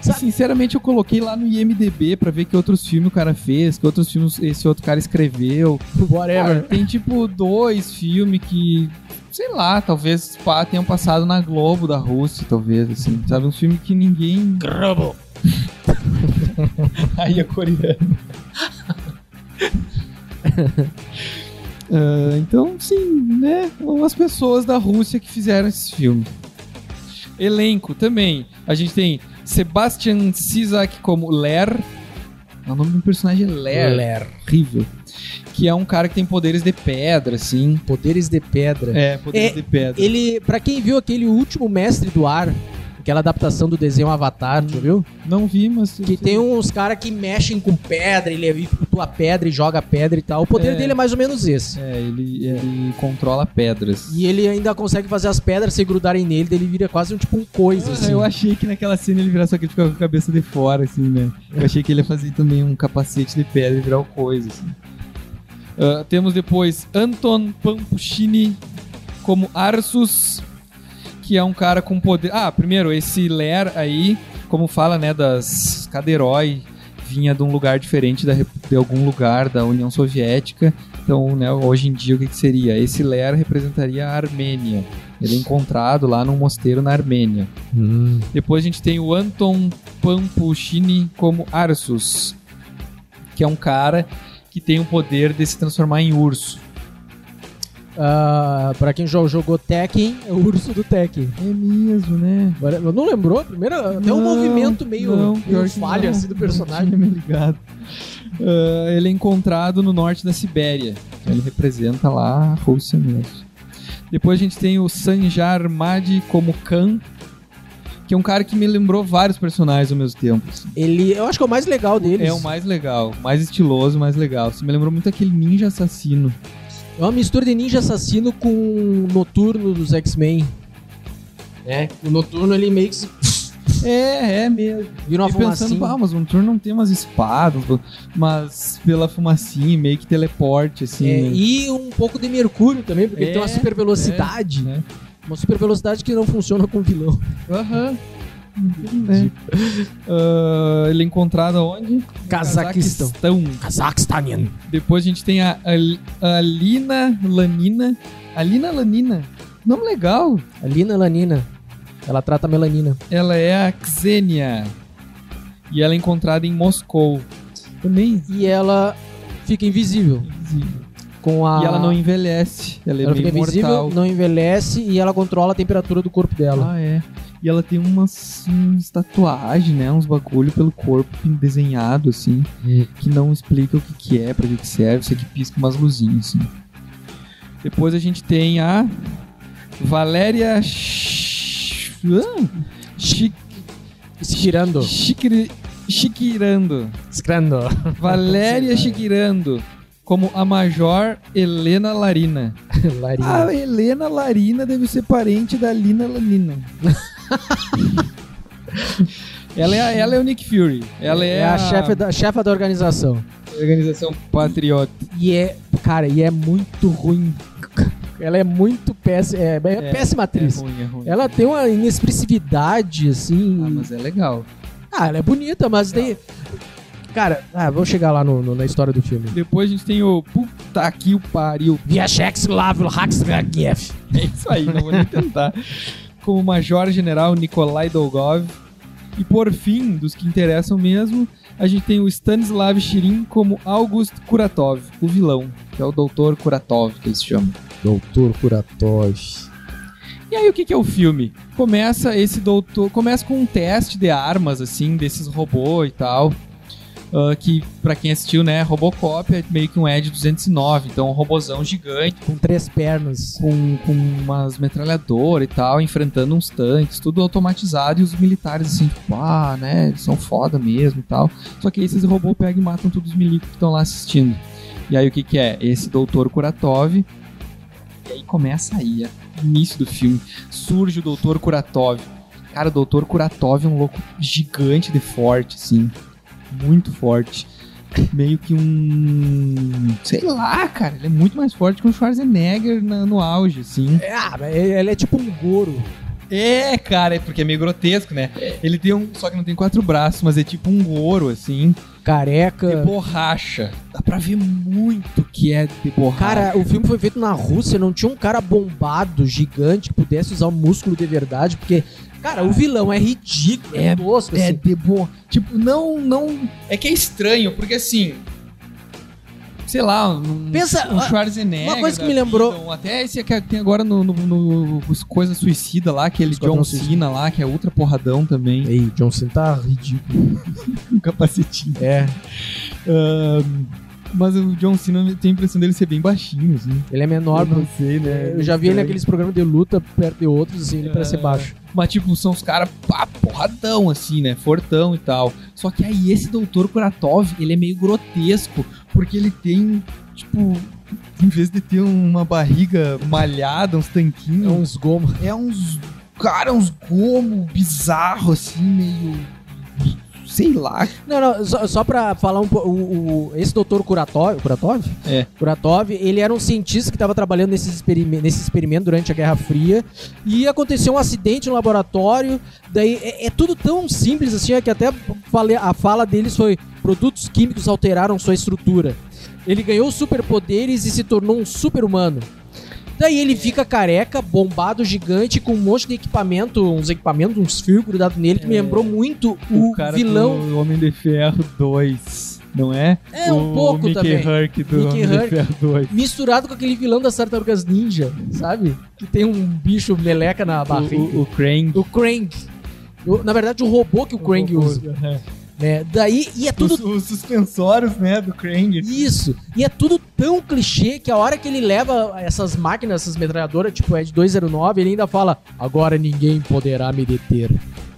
Speaker 2: sabe?
Speaker 1: Sinceramente, eu coloquei lá no IMDB pra ver que outros filmes o cara fez, que outros filmes esse outro cara escreveu. Cara,
Speaker 2: whatever.
Speaker 1: tem tipo dois filmes que, sei lá, talvez pá, tenham passado na Globo da Rússia, talvez, assim, sabe? Um filme que ninguém.
Speaker 2: Grabo.
Speaker 1: Aí é coreano. [laughs] Ah, então, sim, né? As pessoas da Rússia que fizeram esse filme. Elenco também. A gente tem Sebastian Sizak como Ler. O nome do personagem é Ler.
Speaker 2: Ler.
Speaker 1: Horrível. Que é um cara que tem poderes de pedra, assim.
Speaker 2: Poderes de pedra.
Speaker 1: É, poderes
Speaker 2: É,
Speaker 1: de pedra.
Speaker 2: Ele, pra quem viu aquele último Mestre do Ar, aquela adaptação do desenho Avatar, tu viu?
Speaker 1: Não vi, mas.
Speaker 2: Que tem uns caras que mexem com pedra, ele flutua pedra e joga pedra e tal. O poder
Speaker 1: É.
Speaker 2: dele é mais ou menos esse.
Speaker 1: É, ele, ele controla pedras.
Speaker 2: E ele ainda consegue fazer as pedras se grudarem nele, daí ele vira quase um tipo um coisa,
Speaker 1: Ah,
Speaker 2: assim.
Speaker 1: Eu achei que naquela cena ele virar só que ele ficava com a cabeça de fora, assim, né? Eu achei que ele ia fazer também um capacete de pedra e virar o coisa, assim. Ah, temos depois Anton Pampuccini como Arsus, que é um cara com poder. Ah, primeiro, esse Ler aí, como fala, né, das. Cada herói vinha de um lugar diferente da, rep- de algum lugar da União Soviética. Então, né, hoje em dia, o que, que seria? Esse Ler representaria a Armênia. Ele é encontrado lá num mosteiro na Armênia.
Speaker 2: Hum.
Speaker 1: Depois a gente tem o Anton Pampuchini como Arsus, que é um cara que tem o poder de se transformar em urso.
Speaker 2: Ah, pra quem já jogou Tekken, é o urso do Tekken.
Speaker 1: É mesmo, né?
Speaker 2: Agora, Não lembrou? Primeiro, até um movimento meio, meio falho assim do personagem.
Speaker 1: [laughs] me ligado. Ah, ele é encontrado no norte da Sibéria. Então Ele representa lá a Rússia mesmo. Depois a gente tem o Sanjar Madi como Khan, que é um cara que me lembrou vários personagens ao mesmo tempo. assim.
Speaker 2: Ele, eu acho que é o mais legal deles.
Speaker 1: É o mais legal, mais estiloso, mais legal. Você me lembrou muito aquele ninja assassino.
Speaker 2: É uma mistura de ninja assassino com o noturno dos X-Men. É, o noturno ele meio que se
Speaker 1: É, é mesmo.
Speaker 2: vira uma
Speaker 1: E pensando,
Speaker 2: fumacinha.
Speaker 1: ah, mas o Noturno não tem umas espadas, mas pela fumacinha, meio que teleporte, assim.
Speaker 2: É,
Speaker 1: né?
Speaker 2: e um pouco de mercúrio também, porque
Speaker 1: É,
Speaker 2: ele tem uma super velocidade.
Speaker 1: é, né?
Speaker 2: Uma super velocidade que não funciona com vilão.
Speaker 1: Aham. Entendi. Ah, ele é encontrado aonde? No
Speaker 2: Cazaquistão.
Speaker 1: Cazaquistão.
Speaker 2: Kazakhstanian.
Speaker 1: Depois a gente tem a, Al- a Alina Lanina. Alina Lanina. Nome legal.
Speaker 2: A
Speaker 1: é
Speaker 2: Lina Lanina. Ela trata a melanina.
Speaker 1: Ela é a Xenia. E ela é encontrada em Moscou. Também
Speaker 2: E ela fica invisível.
Speaker 1: invisível.
Speaker 2: Com a...
Speaker 1: E ela não envelhece. Ela é
Speaker 2: Ah. Ela
Speaker 1: meio
Speaker 2: fica invisível,
Speaker 1: imortal.
Speaker 2: não envelhece e ela controla a temperatura do corpo dela.
Speaker 1: Ah, é. E ela tem umas, uns tatuagens, né? Uns bagulho pelo corpo desenhado, assim. Que não explica o que, que é, pra que, que serve. Isso aqui pisca umas luzinhas, assim. Depois a gente tem a Valéria Ch... Hã? Chi- Ah,
Speaker 2: Estirando.
Speaker 1: Chiquiri-
Speaker 2: [laughs]
Speaker 1: Chiquirando. [laughs]
Speaker 3: Escrando.
Speaker 1: Valéria Chiquirando. Como a Major Helena Larina.
Speaker 3: Larina.
Speaker 2: Ah,
Speaker 1: A Helena Larina deve ser parente da Lina Lanina. [laughs] ela, é a- ela é o Nick Fury. Ela é,
Speaker 2: É a chefe da, chefa da organização.
Speaker 1: organização patriota.
Speaker 2: E é, cara, e é muito ruim. [laughs] Ela é muito péssima, é, é
Speaker 1: É,
Speaker 2: péssima atriz.
Speaker 1: É ruim, é ruim.
Speaker 2: ela tem uma inexpressividade, assim.
Speaker 1: Ah, mas é legal.
Speaker 2: Ah, ela é bonita, mas daí. Cara, ah, vamos chegar lá no- no- na história do filme.
Speaker 1: Depois a gente tem o Puta que o pariu. [laughs]
Speaker 2: Viajex Lavro Haxgagiev.
Speaker 1: É isso aí, não vou nem tentar. Como Major General Nikolai Dolgov. E por fim, dos que interessam mesmo, a gente tem o Stanislav Shirin como August Kuratov, o vilão, que é o Doutor Kuratov, que eles chamam.
Speaker 2: Doutor Kuratov.
Speaker 1: E aí o que, que é o filme? Começa esse doutor, começa com um teste de armas assim desses robôs e tal. ah, que pra quem assistiu, né, Robocop é meio que um Ed 209, então um robozão gigante
Speaker 2: Com três pernas.
Speaker 1: com, com umas metralhadoras e tal, enfrentando uns tanques, tudo automatizado e os militares assim, tipo, ah, né, eles são foda mesmo e tal. Só que aí esses robôs pegam e matam todos os milicos que estão lá assistindo. E aí o que que é? Esse doutor Kuratov, e aí começa aí, é o início do filme, surge o doutor Kuratov. Cara, o doutor Kuratov é um louco gigante de forte, assim, muito forte. Meio que um. Sei lá, cara. Ele é muito mais forte que o Schwarzenegger na- no auge, assim.
Speaker 2: É, Ah, mas ele ele é tipo um Goro.
Speaker 1: É, cara, é porque é meio grotesco, né? Ele tem um. Só que não tem quatro braços, mas é tipo um ouro, assim. De
Speaker 2: Careca.
Speaker 1: borracha. Dá pra ver muito que é de borracha.
Speaker 2: Cara, o filme foi feito na Rússia, não tinha um cara bombado, gigante, que pudesse usar o músculo de verdade, porque, cara, o vilão é ridículo, é,
Speaker 1: É-
Speaker 2: tosco,
Speaker 1: É
Speaker 2: assim.
Speaker 1: de boa. Tipo, não, não. É que é estranho, porque assim. Sei lá, um,
Speaker 2: Pensa,
Speaker 1: um
Speaker 2: ah,
Speaker 1: Schwarzenegger.
Speaker 2: uma coisa que
Speaker 1: da
Speaker 2: me lembrou-
Speaker 1: vida, um- até esse que tem agora no, no, no- os Coisa Suicida lá, aquele
Speaker 2: Esquadrão
Speaker 1: John
Speaker 2: Suicida.
Speaker 1: Cena lá, que é ultra porradão também. [laughs]
Speaker 2: Ei, John Cena tá ridículo.
Speaker 1: Um capacetinho.
Speaker 2: É,
Speaker 1: Ahn, mas o John Cena tem a impressão dele ser bem baixinho, assim.
Speaker 2: ele é menor,
Speaker 1: Eu não sei, né?
Speaker 2: eu já vi ele naqueles programas de luta perto de outros, assim, ele
Speaker 1: É.
Speaker 2: parece baixo.
Speaker 1: Mas, tipo, são os caras, pá, porradão, assim, né? Fortão e tal. Só que aí esse doutor Kuratov, ele é meio grotesco, porque ele tem, tipo, em vez de ter uma barriga malhada, uns
Speaker 2: É
Speaker 1: tanquinhos,
Speaker 2: uns gomos.
Speaker 1: é uns, cara, uns gomo bizarro, assim, meio, sei lá. tipo,
Speaker 2: Não, não, só, só pra falar um pouco. o- o- Esse doutor Kuratov. Kuratov?
Speaker 1: É.
Speaker 2: Kuratov, ele era um cientista que estava trabalhando nesse, experime- nesse experimento durante a Guerra Fria. E aconteceu um acidente no laboratório. Daí é, é tudo tão simples assim, é que até falei- a fala deles foi: produtos químicos alteraram sua estrutura. Ele ganhou superpoderes e se tornou um super-humano. Daí ele fica careca, bombado, gigante, com um monte de equipamento, uns equipamentos, uns fios grudados nele, que me
Speaker 1: É.
Speaker 2: lembrou muito o, vilão
Speaker 1: do Homem de Ferro 2, não é?
Speaker 2: É, um pouco também.
Speaker 1: Hurk
Speaker 2: do Mickey Homem de Hurk.
Speaker 1: Ferro 2.
Speaker 2: Misturado com aquele vilão das tartarugas ninja, sabe? Que tem um bicho meleca na barriga.
Speaker 1: Krang.
Speaker 2: O, Krang. O- na verdade, o robô que o, Krang usa. né? Daí, e é tudo.
Speaker 1: Os, os suspensórios, né, do Krang.
Speaker 2: Isso. E é tudo tão clichê que a hora que ele leva essas máquinas, essas metralhadoras, tipo, é de 209, ele ainda fala: Agora ninguém poderá me deter.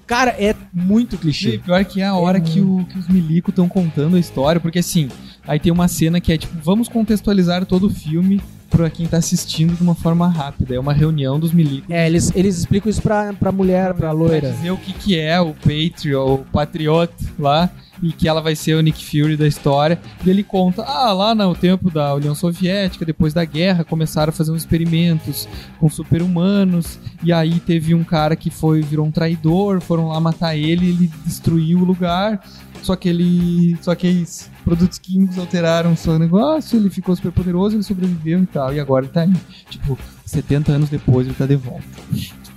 Speaker 2: Cara, é muito
Speaker 1: E
Speaker 2: clichê.
Speaker 1: pior que é a hora que, o- que os milico estão contando a história, porque assim, aí tem uma cena que é tipo, vamos contextualizar todo o filme pra quem tá assistindo de uma forma rápida. É uma reunião dos milico
Speaker 2: É, eles, eles explicam isso pra, pra mulher, pra
Speaker 1: pra
Speaker 2: loira.
Speaker 1: dizer o que que é o Patriot, o Patriot lá, e que ela vai ser o Nick Fury da história. E ele conta, ah, lá no tempo da União Soviética, depois da guerra, começaram a fazer uns experimentos com super-humanos, e aí teve um cara que foi, virou um traidor, foram lá matar ele, ele destruiu o lugar, só que ele, só que esses produtos químicos alteraram o seu negócio, ele ficou super poderoso, ele sobreviveu e tal, e agora ele tá aí. Tipo, 70 anos depois ele tá de volta.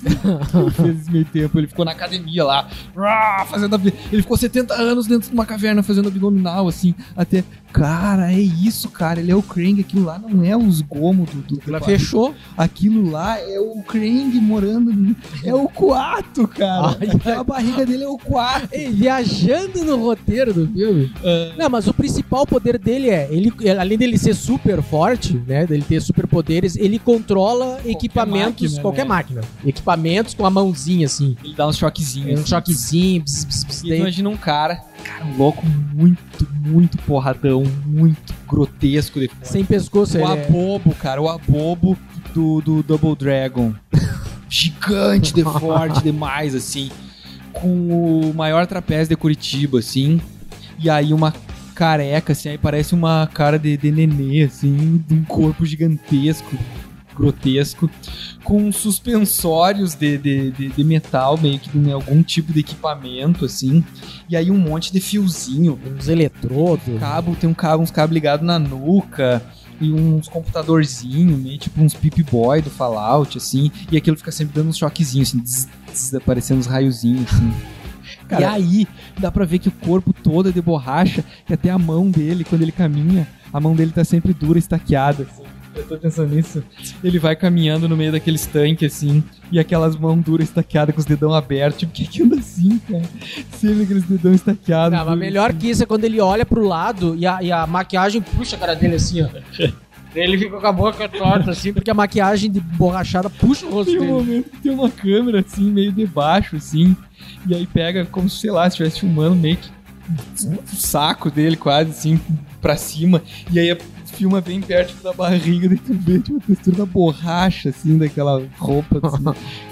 Speaker 1: Ele fez esse meio tempo, ele ficou na academia lá, rá, fazendo ab- ele ficou 70 anos dentro de uma caverna fazendo abdominal assim, até cara, é isso, cara, ele é o Krang, aquilo lá não é os gomos do... do, do
Speaker 2: Ela fechou.
Speaker 1: Aquilo lá é o Krang morando, no- é o Coato, cara.
Speaker 2: Ai,
Speaker 1: Aquela barriga dele é o Coato.
Speaker 2: Ei, viajando no roteiro do filme. Não, mas o principal poder dele é, ele, além dele ser super forte, né? Dele ter superpoderes, ele controla equipamentos,
Speaker 1: máquina,
Speaker 2: qualquer
Speaker 1: né?
Speaker 2: máquina. Equipamentos com a mãozinha, assim.
Speaker 1: Ele dá uns choquezinhos.
Speaker 2: Um choquezinho, bzz, bzz, bzz,
Speaker 1: E tu
Speaker 2: daí-
Speaker 1: imagina um cara, cara, um louco muito, muito porradão, muito grotesco. de-
Speaker 2: sem pescoço.
Speaker 1: o
Speaker 2: ele é-
Speaker 1: abobo, cara, o abobo do, do Double Dragon. Gigante, de forte demais, assim. Com o maior trapézio de Curitiba, assim. E aí uma careca, assim, aí parece uma cara de, de nenê, assim, de um corpo gigantesco, grotesco. Com suspensórios de, de, de, de metal, meio que de algum tipo de equipamento, assim. E aí um monte de fiozinho
Speaker 2: uns eletrodos.
Speaker 1: cabo, tem um cabo, uns cabos ligados na nuca e uns computadorzinho, meio tipo uns Pip Boy do Fallout, assim, e aquilo fica sempre dando uns choquezinhos, assim, tzz, tzz, aparecendo uns raiozinhos, assim.
Speaker 2: Cara,
Speaker 1: e aí, dá pra ver que o corpo todo é de borracha, e até a mão dele, quando ele caminha, a mão dele tá sempre dura, estaqueada, assim. Eu tô pensando nisso. Ele vai caminhando no meio daqueles tanques, assim, e aquelas mãos duras, estaqueadas, com os dedão abertos. Tipo, [laughs] que aquilo assim, cara? Sempre aqueles dedão estaqueados.
Speaker 2: Não, mas
Speaker 1: duros,
Speaker 2: melhor que isso é quando ele olha pro lado e a, e a maquiagem puxa a cara dele assim, ó. [laughs] Ele fica com a boca torta assim, porque a maquiagem de borrachada puxa o rosto
Speaker 1: Tem um
Speaker 2: dele.
Speaker 1: momento que tem uma câmera assim, meio debaixo, assim, e aí pega como se, sei lá, se estivesse filmando meio que o saco dele quase, assim, pra cima, e aí filma bem perto da barriga, daí tu vê tipo, a textura da borracha, assim, daquela roupa,
Speaker 2: [laughs]
Speaker 1: assim.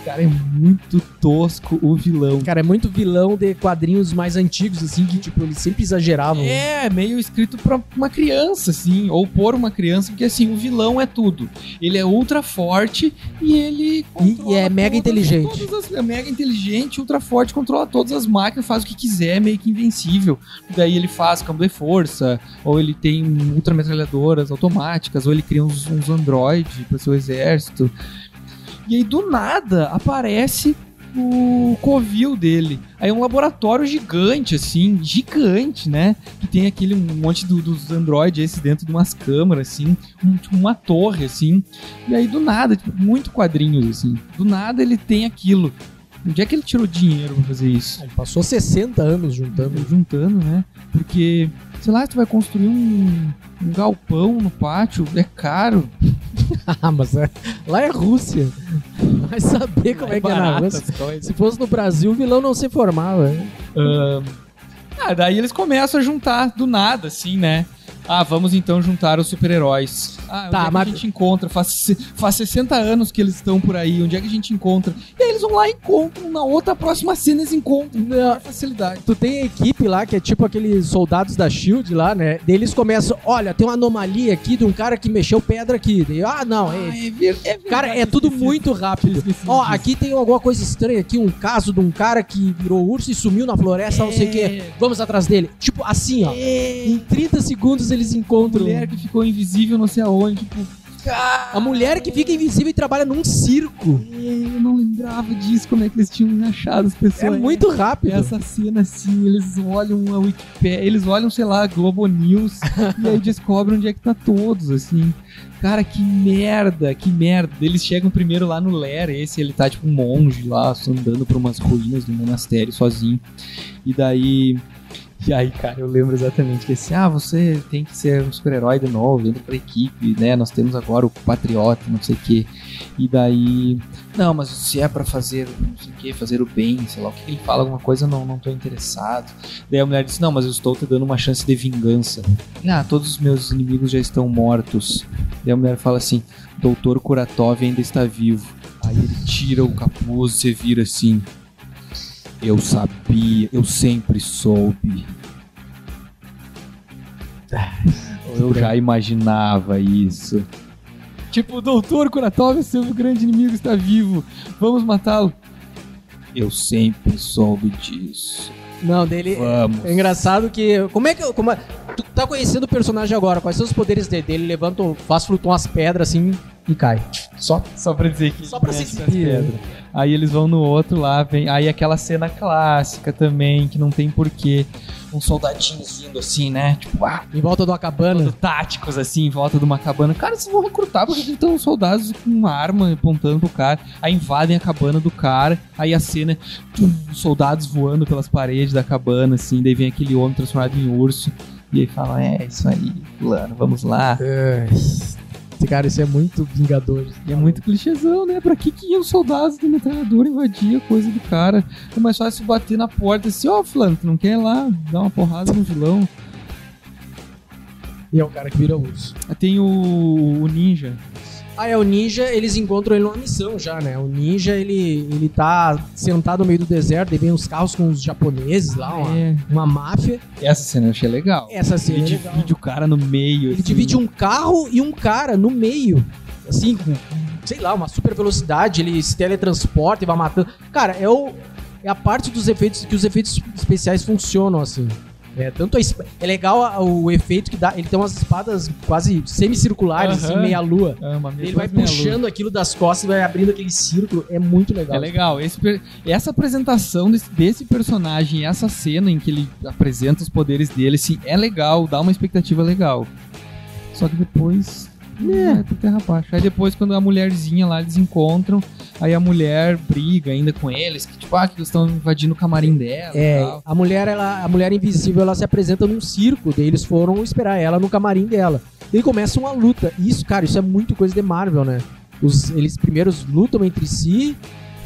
Speaker 1: Cara, é muito tosco o vilão.
Speaker 2: Cara, é muito vilão de quadrinhos mais antigos, assim, que tipo, eles sempre exageravam.
Speaker 1: É, meio escrito pra uma criança, assim, ou por uma criança, porque assim, o vilão é tudo. Ele é ultra forte e ele. controla
Speaker 2: e é mega inteligente.
Speaker 1: todas as- é mega inteligente, ultra forte, controla todas as máquinas, faz o que quiser, é meio que invencível. Daí ele faz campo de força, ou ele tem ultrametralhadoras automáticas, ou ele cria uns, uns androides pro seu exército. E aí do nada aparece o covil dele. Aí é um laboratório gigante, assim, gigante, né? Que tem aquele monte do- dos androides esse dentro de umas câmaras, assim, um- tipo uma torre, assim. E aí do nada, tipo, muito quadrinhos, assim. Do nada ele tem aquilo. Onde é que ele tirou dinheiro pra fazer isso?
Speaker 2: Passou 60 anos juntando.
Speaker 1: Juntando, né? Porque, sei lá, tu vai construir um, um galpão no pátio, é caro.
Speaker 2: [laughs] ah, mas é- lá é Rússia. Vai saber como é, que é na
Speaker 1: barato
Speaker 2: Rússia.
Speaker 1: as coisas.
Speaker 2: Se fosse no Brasil, o vilão não se formava.
Speaker 1: Ah, daí eles começam a juntar do nada, assim, né? Ah, vamos então juntar os super-heróis. Ah,
Speaker 2: Tá,
Speaker 1: onde é
Speaker 2: mas-
Speaker 1: que a gente encontra? Faz, se- faz 60 anos que eles estão por aí, onde é que a gente encontra? E aí eles vão lá e encontram, na outra próxima cena eles encontram.
Speaker 2: Não,
Speaker 1: Com facilidade.
Speaker 2: Tu tem a equipe lá, que é tipo aqueles soldados da SHIELD lá, né? Daí eles começam, olha, tem uma anomalia aqui de um cara que mexeu pedra aqui. Daí, ah, não, é...
Speaker 1: é, ver- é verdade,
Speaker 2: Cara, é
Speaker 1: eu
Speaker 2: tudo
Speaker 1: esqueci.
Speaker 2: muito
Speaker 1: Eu
Speaker 2: rápido.
Speaker 1: esqueci
Speaker 2: Ó,
Speaker 1: disso.
Speaker 2: aqui tem alguma coisa estranha aqui, um caso de um cara que virou urso e sumiu na floresta, não sei o quê.
Speaker 1: É.
Speaker 2: Vamos atrás dele. Tipo, assim, ó. Em
Speaker 1: É.
Speaker 2: 30 segundos eles encontram.
Speaker 1: Mulher que ficou invisível não sei aonde, tipo...
Speaker 2: A mulher que fica invisível e trabalha num circo.
Speaker 1: é, Eu não lembrava disso, como é que eles tinham achado as pessoas.
Speaker 2: É muito rápido.
Speaker 1: Essa cena, assim, eles olham a Wikipédia, eles olham, sei lá, a Globo News e aí descobrem onde é que tá todos, assim. Cara, que merda, que merda. Eles chegam primeiro lá no Ler, esse ele tá tipo um monge lá, andando por umas ruínas do monastério sozinho. E daí. E aí, cara, eu lembro exatamente que assim, ah, você tem que ser um super-herói de novo, entra pra equipe, né? Nós temos agora o Patriota, não sei o quê. E daí. Não, mas se é pra fazer não sei o que, fazer o bem, sei lá, o que que ele fala, alguma coisa, eu não, não tô interessado. Daí a mulher disse, não, mas eu estou te dando uma chance de vingança. Ah, todos os meus inimigos já estão mortos. Daí a mulher fala assim, doutor Kuratov ainda está vivo. Aí ele tira o capuz e você vira assim. Eu sabia, eu sempre soube. Eu já imaginava isso. Tipo, doutor Kuratov, seu grande inimigo está vivo. Vamos matá-lo. Eu sempre soube disso.
Speaker 2: Não, dele.
Speaker 1: Vamos.
Speaker 2: É engraçado que. Como é que. Como é- tu tá conhecendo o personagem agora? Quais são os poderes dele? Ele levanta, um- faz flutuar umas pedras assim. e cai. Só.
Speaker 1: Só pra dizer que.
Speaker 2: Só pra se
Speaker 1: conhece as
Speaker 2: exibir.
Speaker 1: pedras. Aí eles vão no outro lá, vem. Aí aquela cena clássica também, que não tem porquê. Uns soldadinhos vindo assim, né? Tipo, ah,
Speaker 2: Em volta de uma
Speaker 1: todo
Speaker 2: cabana.
Speaker 1: táticos assim, em volta de uma cabana. Cara, vocês vão recrutar porque estão os soldados com uma arma apontando pro cara. Aí invadem a cabana do cara. Aí a cena, tum, os soldados voando pelas paredes da cabana, assim. Daí vem aquele homem transformado em urso. E aí fala: É, isso aí, fulano, vamos lá.
Speaker 2: Ai, É. Esse cara, isso é muito vingador.
Speaker 1: E é muito clichêzão, né? Pra que que iam soldados do metralhadora invadir a coisa do cara? É mais fácil bater na porta assim, ó, fulano, tu não quer ir lá dar uma porrada no vilão?
Speaker 2: E é o cara que vira urso.
Speaker 1: Aí Ah, Tem o, o ninja.
Speaker 2: Ah, é o ninja, eles encontram ele numa missão já, né? O ninja, ele, ele tá sentado no meio do deserto, e vem uns carros com os japoneses lá, uma,
Speaker 1: É.
Speaker 2: uma máfia.
Speaker 1: Essa cena eu achei legal.
Speaker 2: Essa cena
Speaker 1: Ele
Speaker 2: é
Speaker 1: divide
Speaker 2: legal.
Speaker 1: o cara no meio.
Speaker 2: Ele divide um carro e um cara no meio. Assim, com, sei lá, uma super velocidade. Ele se teletransporta e vai matando. Cara, é, o, é a parte dos efeitos que os efeitos especiais funcionam, assim. É, tanto a esp- é legal a- o efeito que dá. Ele tem umas espadas quase semicirculares,
Speaker 1: Aham.
Speaker 2: assim, meia-lua.
Speaker 1: É
Speaker 2: Ele vai puxando aquilo das costas e vai abrindo aquele círculo. É muito legal.
Speaker 1: É legal. Esse per- essa apresentação desse, desse personagem, essa cena em que ele apresenta os poderes dele, assim, é legal, dá uma expectativa legal. Só que depois. É, vai pro terra abaixo. Aí depois, quando a mulherzinha lá eles encontram, aí a mulher briga ainda com eles, que tipo, ah, que eles estão invadindo o camarim dela e
Speaker 2: É,
Speaker 1: tal.
Speaker 2: a mulher, ela, a mulher invisível, ela se apresenta num circo, daí eles foram esperar ela no camarim dela. E começa uma luta. Isso, cara, isso é muito coisa de Marvel, né? Os, eles primeiros lutam entre si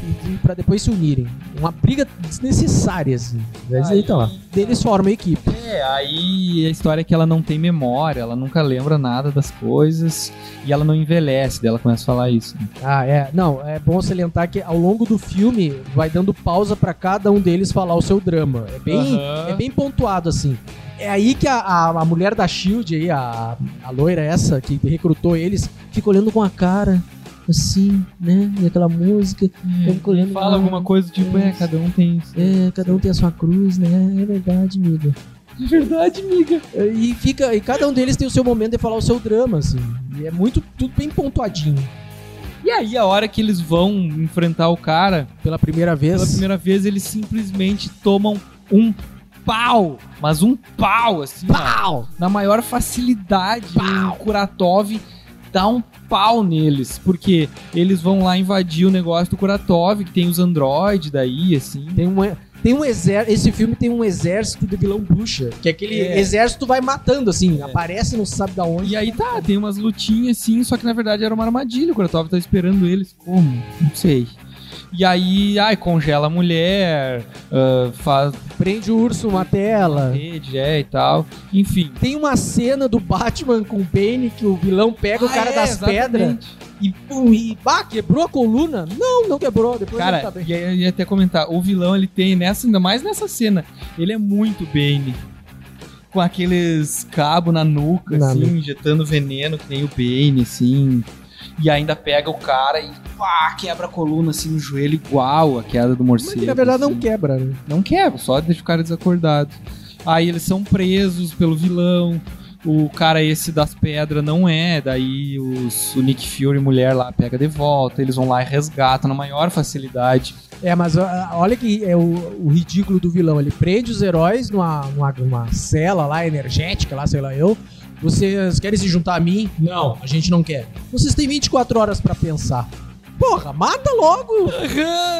Speaker 2: e- e pra depois se unirem. Uma briga desnecessária, assim. Mas aí
Speaker 1: então,
Speaker 2: tá lá. Daí Eles formam a equipe.
Speaker 1: É, aí a história é que ela não tem memória, ela nunca lembra nada das coisas e ela não envelhece, daí ela começa a falar isso. né?
Speaker 2: Ah, é. Não, é bom salientar que ao longo do filme vai dando pausa pra cada um deles falar o seu drama. É bem,
Speaker 1: Aham.
Speaker 2: é bem pontuado, assim. É aí que a, a, a mulher da Shield aí, a, a loira essa, que recrutou eles, fica olhando com a cara, assim, né? E aquela música, eu fico olhando.
Speaker 1: Fala
Speaker 2: ah,
Speaker 1: alguma coisa tipo, é,
Speaker 2: isso.
Speaker 1: cada um tem isso.
Speaker 2: É, cada um tem a sua cruz, né? É verdade, amiga.
Speaker 1: De verdade, amiga.
Speaker 2: E fica, e cada um deles tem o seu momento de falar o seu drama, assim. E é muito, tudo bem pontuadinho.
Speaker 1: E aí, a hora que eles vão enfrentar o cara,
Speaker 2: Pela primeira vez.
Speaker 1: pela primeira vez, eles simplesmente tomam um pau. Mas um pau, assim, ó.
Speaker 2: Pau!
Speaker 1: na maior facilidade,
Speaker 2: Pau!
Speaker 1: o Kuratov dá um pau neles, porque eles vão lá invadir o negócio do Kuratov, que tem os androides daí, assim.
Speaker 2: Tem uma. Tem um exército. Esse filme tem um exército de vilão bruxa. Que aquele
Speaker 1: É.
Speaker 2: exército vai matando, assim.
Speaker 1: É.
Speaker 2: Aparece, não se sabe da onde.
Speaker 1: E aí tá, tem umas lutinhas assim, só que na verdade era uma armadilha, o Kuratov tá esperando eles. Como? Não sei. E aí, ai, congela a mulher, ah, faz
Speaker 2: Prende o urso numa tela.
Speaker 1: rede, é, e tal. Enfim.
Speaker 2: Tem uma cena do Batman com o Bane que o vilão pega o
Speaker 1: Ah,
Speaker 2: cara
Speaker 1: é,
Speaker 2: das pedras
Speaker 1: exatamente.
Speaker 2: e pum, e bah, quebrou a coluna? Não, não quebrou, depois
Speaker 1: Cara, é
Speaker 2: ele tá bem.
Speaker 1: e aí eu ia até comentar, o vilão ele tem nessa, ainda mais nessa cena, ele é muito Bane. Com aqueles cabos na nuca,
Speaker 2: Na
Speaker 1: assim,
Speaker 2: nuca.
Speaker 1: injetando veneno, que nem o Bane, assim. E ainda pega o cara e pá, quebra a coluna, assim, no joelho, igual a queda do
Speaker 2: Mas
Speaker 1: morcego.
Speaker 2: que na verdade
Speaker 1: assim.
Speaker 2: não quebra, né?
Speaker 1: Não quebra, só deixa o cara desacordado. Aí eles são presos pelo vilão. O cara esse das pedras não é, daí os- o Nick Fury mulher lá pega de volta, eles vão lá e resgatam na maior facilidade.
Speaker 2: É, mas ó, olha que é o, o ridículo do vilão. Ele prende os heróis numa, numa, numa cela lá, energética, lá, sei lá eu. Vocês querem se juntar a mim? Não, a gente não quer. Vocês têm 24 horas pra pensar. Porra, mata logo!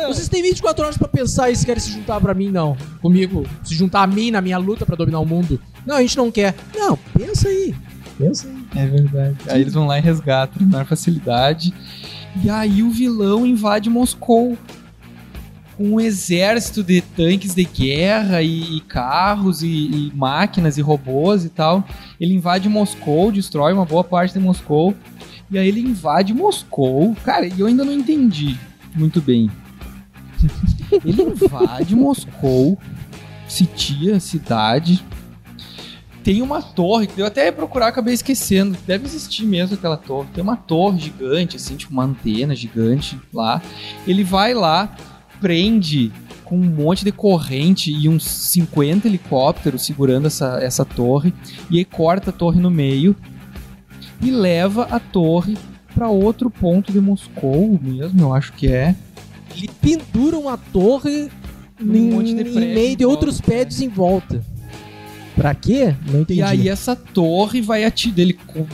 Speaker 2: Vocês têm 24 horas pra pensar e se querem se juntar pra mim, não. Comigo, se juntar a mim na minha luta pra dominar o mundo. Não, a gente não quer. Não, pensa aí. Pensa aí.
Speaker 1: É verdade. Aí eles vão lá e resgatam né, na maior facilidade. E aí o vilão invade Moscou. Com um exército de tanques de guerra e, e carros e, e máquinas e robôs e tal. Ele invade Moscou, destrói uma boa parte de Moscou. E aí ele invade Moscou. Cara, e eu ainda não entendi muito bem. [laughs] ele invade Moscou, sitia a cidade, tem uma torre que eu até ia procurar, acabei esquecendo. Deve existir mesmo aquela torre. Tem uma torre gigante, assim, tipo uma antena gigante lá. Ele vai lá, prende com um monte de corrente e uns 50 helicópteros segurando essa, essa torre. E aí corta a torre no meio e leva a torre pra pra outro ponto de Moscou mesmo, eu acho que é.
Speaker 2: Ele pendura uma torre
Speaker 1: Um
Speaker 2: em,
Speaker 1: monte de
Speaker 2: em
Speaker 1: prédio
Speaker 2: meio
Speaker 1: em
Speaker 2: de
Speaker 1: volta,
Speaker 2: outros
Speaker 1: né?
Speaker 2: prédios em volta. Pra quê? Não entendi.
Speaker 1: E aí essa torre vai atirar ele com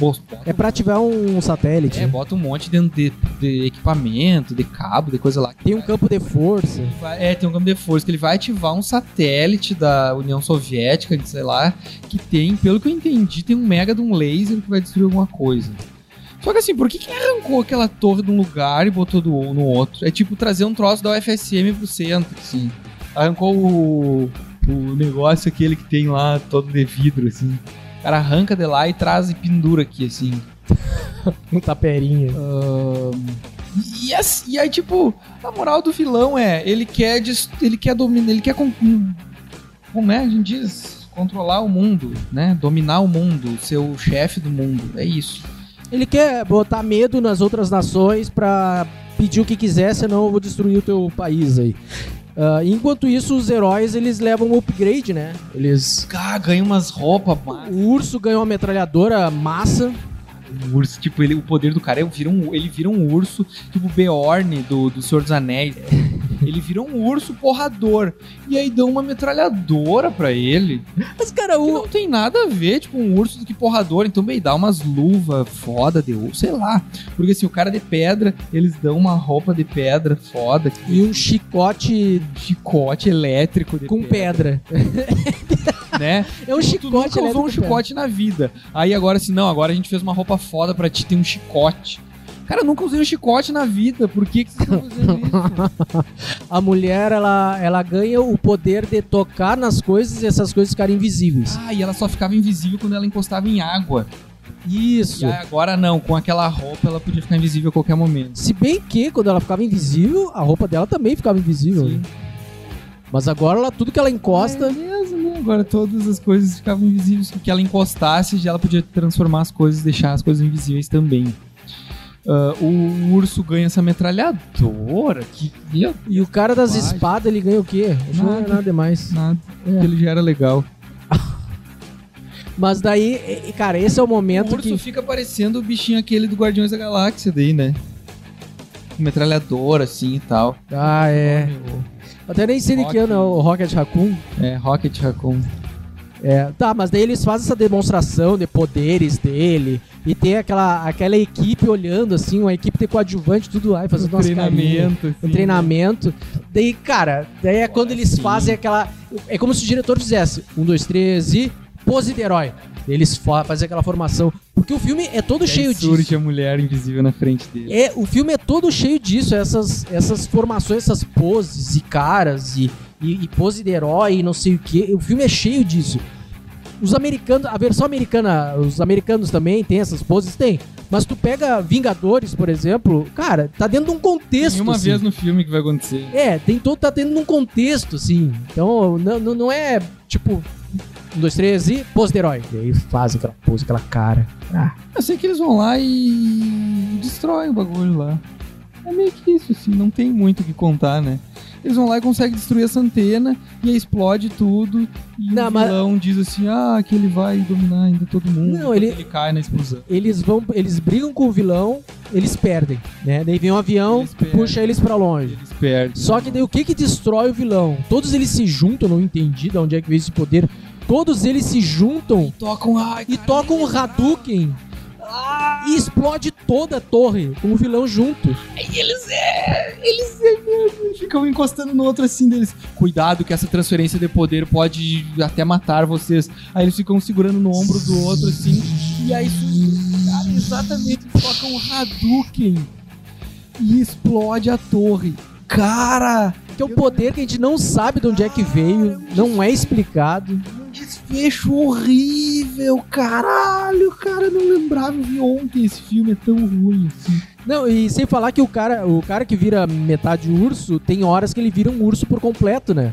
Speaker 2: É pra ativar um satélite.
Speaker 1: É,
Speaker 2: né?
Speaker 1: bota um monte de, de, de equipamento, de cabo, de coisa lá.
Speaker 2: Tem um campo de força.
Speaker 1: Vai- É, tem um campo de força que ele vai ativar um satélite da União Soviética, de sei lá, que tem, pelo que eu entendi, tem um mega de um laser que vai destruir alguma coisa. Só que assim, por que, que arrancou aquela torre de um lugar e botou do, no outro? É tipo trazer um troço da UFSM pro centro, assim. Arrancou o, o negócio aquele que tem lá, todo de vidro, assim. O cara arranca de lá e traz e pendura aqui, assim.
Speaker 2: Um taperinho.
Speaker 1: E, as- e aí, tipo, a moral do vilão é, ele quer, des- ele quer dominar, ele quer, con- hum, como é, a gente diz, controlar o mundo, né? Dominar o mundo, ser o chefe do mundo, é isso.
Speaker 2: Ele quer botar medo nas outras nações pra pedir o que quiser, senão eu vou destruir o teu país aí. Ah, enquanto isso, os heróis eles levam um upgrade, né? Eles.
Speaker 1: Cara, "Ah, ganha umas roupas, mano.
Speaker 2: O urso ganhou uma metralhadora massa.
Speaker 1: Um urso, tipo, ele, o poder do cara, ele vira um, ele vira um urso, tipo o Beorn do, do Senhor dos Anéis. ele vira um urso porrador. E aí dão uma metralhadora pra ele.
Speaker 2: Mas, cara,
Speaker 1: Que
Speaker 2: o,
Speaker 1: não tem nada a ver, tipo, um urso do que porrador. Então, bem, dá umas luvas foda de urso, sei lá. Porque, assim, o cara de pedra, eles dão uma roupa de pedra foda. que-
Speaker 2: e um chicote
Speaker 1: um chicote elétrico de
Speaker 2: com pedra.
Speaker 1: né?
Speaker 2: É um
Speaker 1: [laughs] Tu nunca
Speaker 2: chicote,
Speaker 1: usou
Speaker 2: elétrico
Speaker 1: um
Speaker 2: com
Speaker 1: chicote na vida. Aí agora, assim, não, agora a gente fez uma roupa foda pra ti, tem um chicote. Cara, eu nunca usei um chicote na vida. Por que que vocês estão fazendo [laughs] isso?
Speaker 2: pedra. A mulher, ela, ela ganha o poder de tocar nas coisas e essas coisas ficarem invisíveis.
Speaker 1: Ah, e ela só ficava invisível quando ela encostava em água.
Speaker 2: Isso.
Speaker 1: E aí, agora não, com aquela roupa ela podia ficar invisível a qualquer momento.
Speaker 2: Se bem que quando ela ficava invisível, a roupa dela também ficava invisível.
Speaker 1: Sim.
Speaker 2: né? Mas agora ela, tudo que ela encosta.
Speaker 1: É mesmo, né? Agora todas as coisas ficavam invisíveis. Que ela encostasse, já ela podia transformar as coisas, deixar as coisas invisíveis também. Ah, o urso ganha essa metralhadora. Que. Meu,
Speaker 2: E o cara das
Speaker 1: Bobagem.
Speaker 2: espadas, ele ganha o quê? Acho que Não é
Speaker 1: Nada.
Speaker 2: nada demais.
Speaker 1: nada.
Speaker 2: É.
Speaker 1: Ele já era legal.
Speaker 2: Mas daí, e- e, cara, esse é o
Speaker 1: o
Speaker 2: momento
Speaker 1: urso
Speaker 2: que.
Speaker 1: fica parecendo o bichinho aquele do Guardiões da Galáxia, daí, né? Com Metralhadora, assim e tal.
Speaker 2: Ah, é. Até nem sei de que ano é o Rocket Raccoon.
Speaker 1: É, Rocket Raccoon.
Speaker 2: É, tá, mas daí eles fazem essa demonstração de poderes dele e tem aquela, aquela equipe olhando, assim, uma equipe de coadjuvante, tudo lá e fazendo umas carinhas,
Speaker 1: treinamento. assim,
Speaker 2: Um treinamento. Daí, cara, daí é quando eles
Speaker 1: né? sim.
Speaker 2: fazem aquela. É como se o diretor fizesse um, dois, três e pose de herói. Eles fa- fazem aquela formação. Porque o filme é todo
Speaker 1: Né?
Speaker 2: cheio
Speaker 1: Cheio
Speaker 2: disso.
Speaker 1: surge a mulher invisível na frente dele.
Speaker 2: É, o filme é todo cheio disso, essas, essas formações, essas poses e caras e, e, e pose de herói e não sei o que. O filme é cheio disso. Os americanos, a versão americana, os americanos também tem essas poses? Tem. Mas tu pega Vingadores, por exemplo, cara, tá dentro de um contexto.
Speaker 1: Tem uma
Speaker 2: assim.
Speaker 1: vez no filme que vai acontecer.
Speaker 2: É, tem todo, tá dentro de um contexto, assim. Então, não, não, não é tipo. Um, dois, três e pose de herói. E aí fazem aquela pose, aquela cara.
Speaker 1: Eu sei que eles vão lá e destroem o bagulho lá. É meio que isso, assim, não tem muito o que contar, né? Eles vão lá e conseguem destruir essa antena e aí explode tudo. E
Speaker 2: Não,
Speaker 1: o
Speaker 2: mas-
Speaker 1: vilão diz assim, ah, que ele vai dominar ainda todo mundo.
Speaker 2: Não, ele-
Speaker 1: ele cai na explosão.
Speaker 2: eles vão, eles brigam com o vilão, eles perdem, né? Daí vem um avião,
Speaker 1: Eles perdem.
Speaker 2: puxa eles pra longe.
Speaker 1: Eles perdem.
Speaker 2: Só que daí o que que destrói o vilão? Todos eles se juntam, não entendi de onde é que veio esse poder. Todos eles se juntam
Speaker 1: tocam, ai,
Speaker 2: e tocam um Hadouken e explode toda a torre com o vilão junto.
Speaker 1: eles é, eles é mesmo, ficam encostando no outro assim deles. Cuidado que essa transferência de poder pode até matar vocês. Aí eles ficam segurando no ombro do outro assim, e aí cara, exatamente tocam um Hadouken e explode a torre. Cara,
Speaker 2: Que é um poder que a gente não sabe de onde é que veio, não é explicado.
Speaker 1: um desfecho horrível, caralho, cara, eu não lembrava, eu vi ontem esse filme é tão ruim assim.
Speaker 2: Não, e sem falar que o cara, o cara que vira metade urso, tem horas que ele vira um urso por completo, né?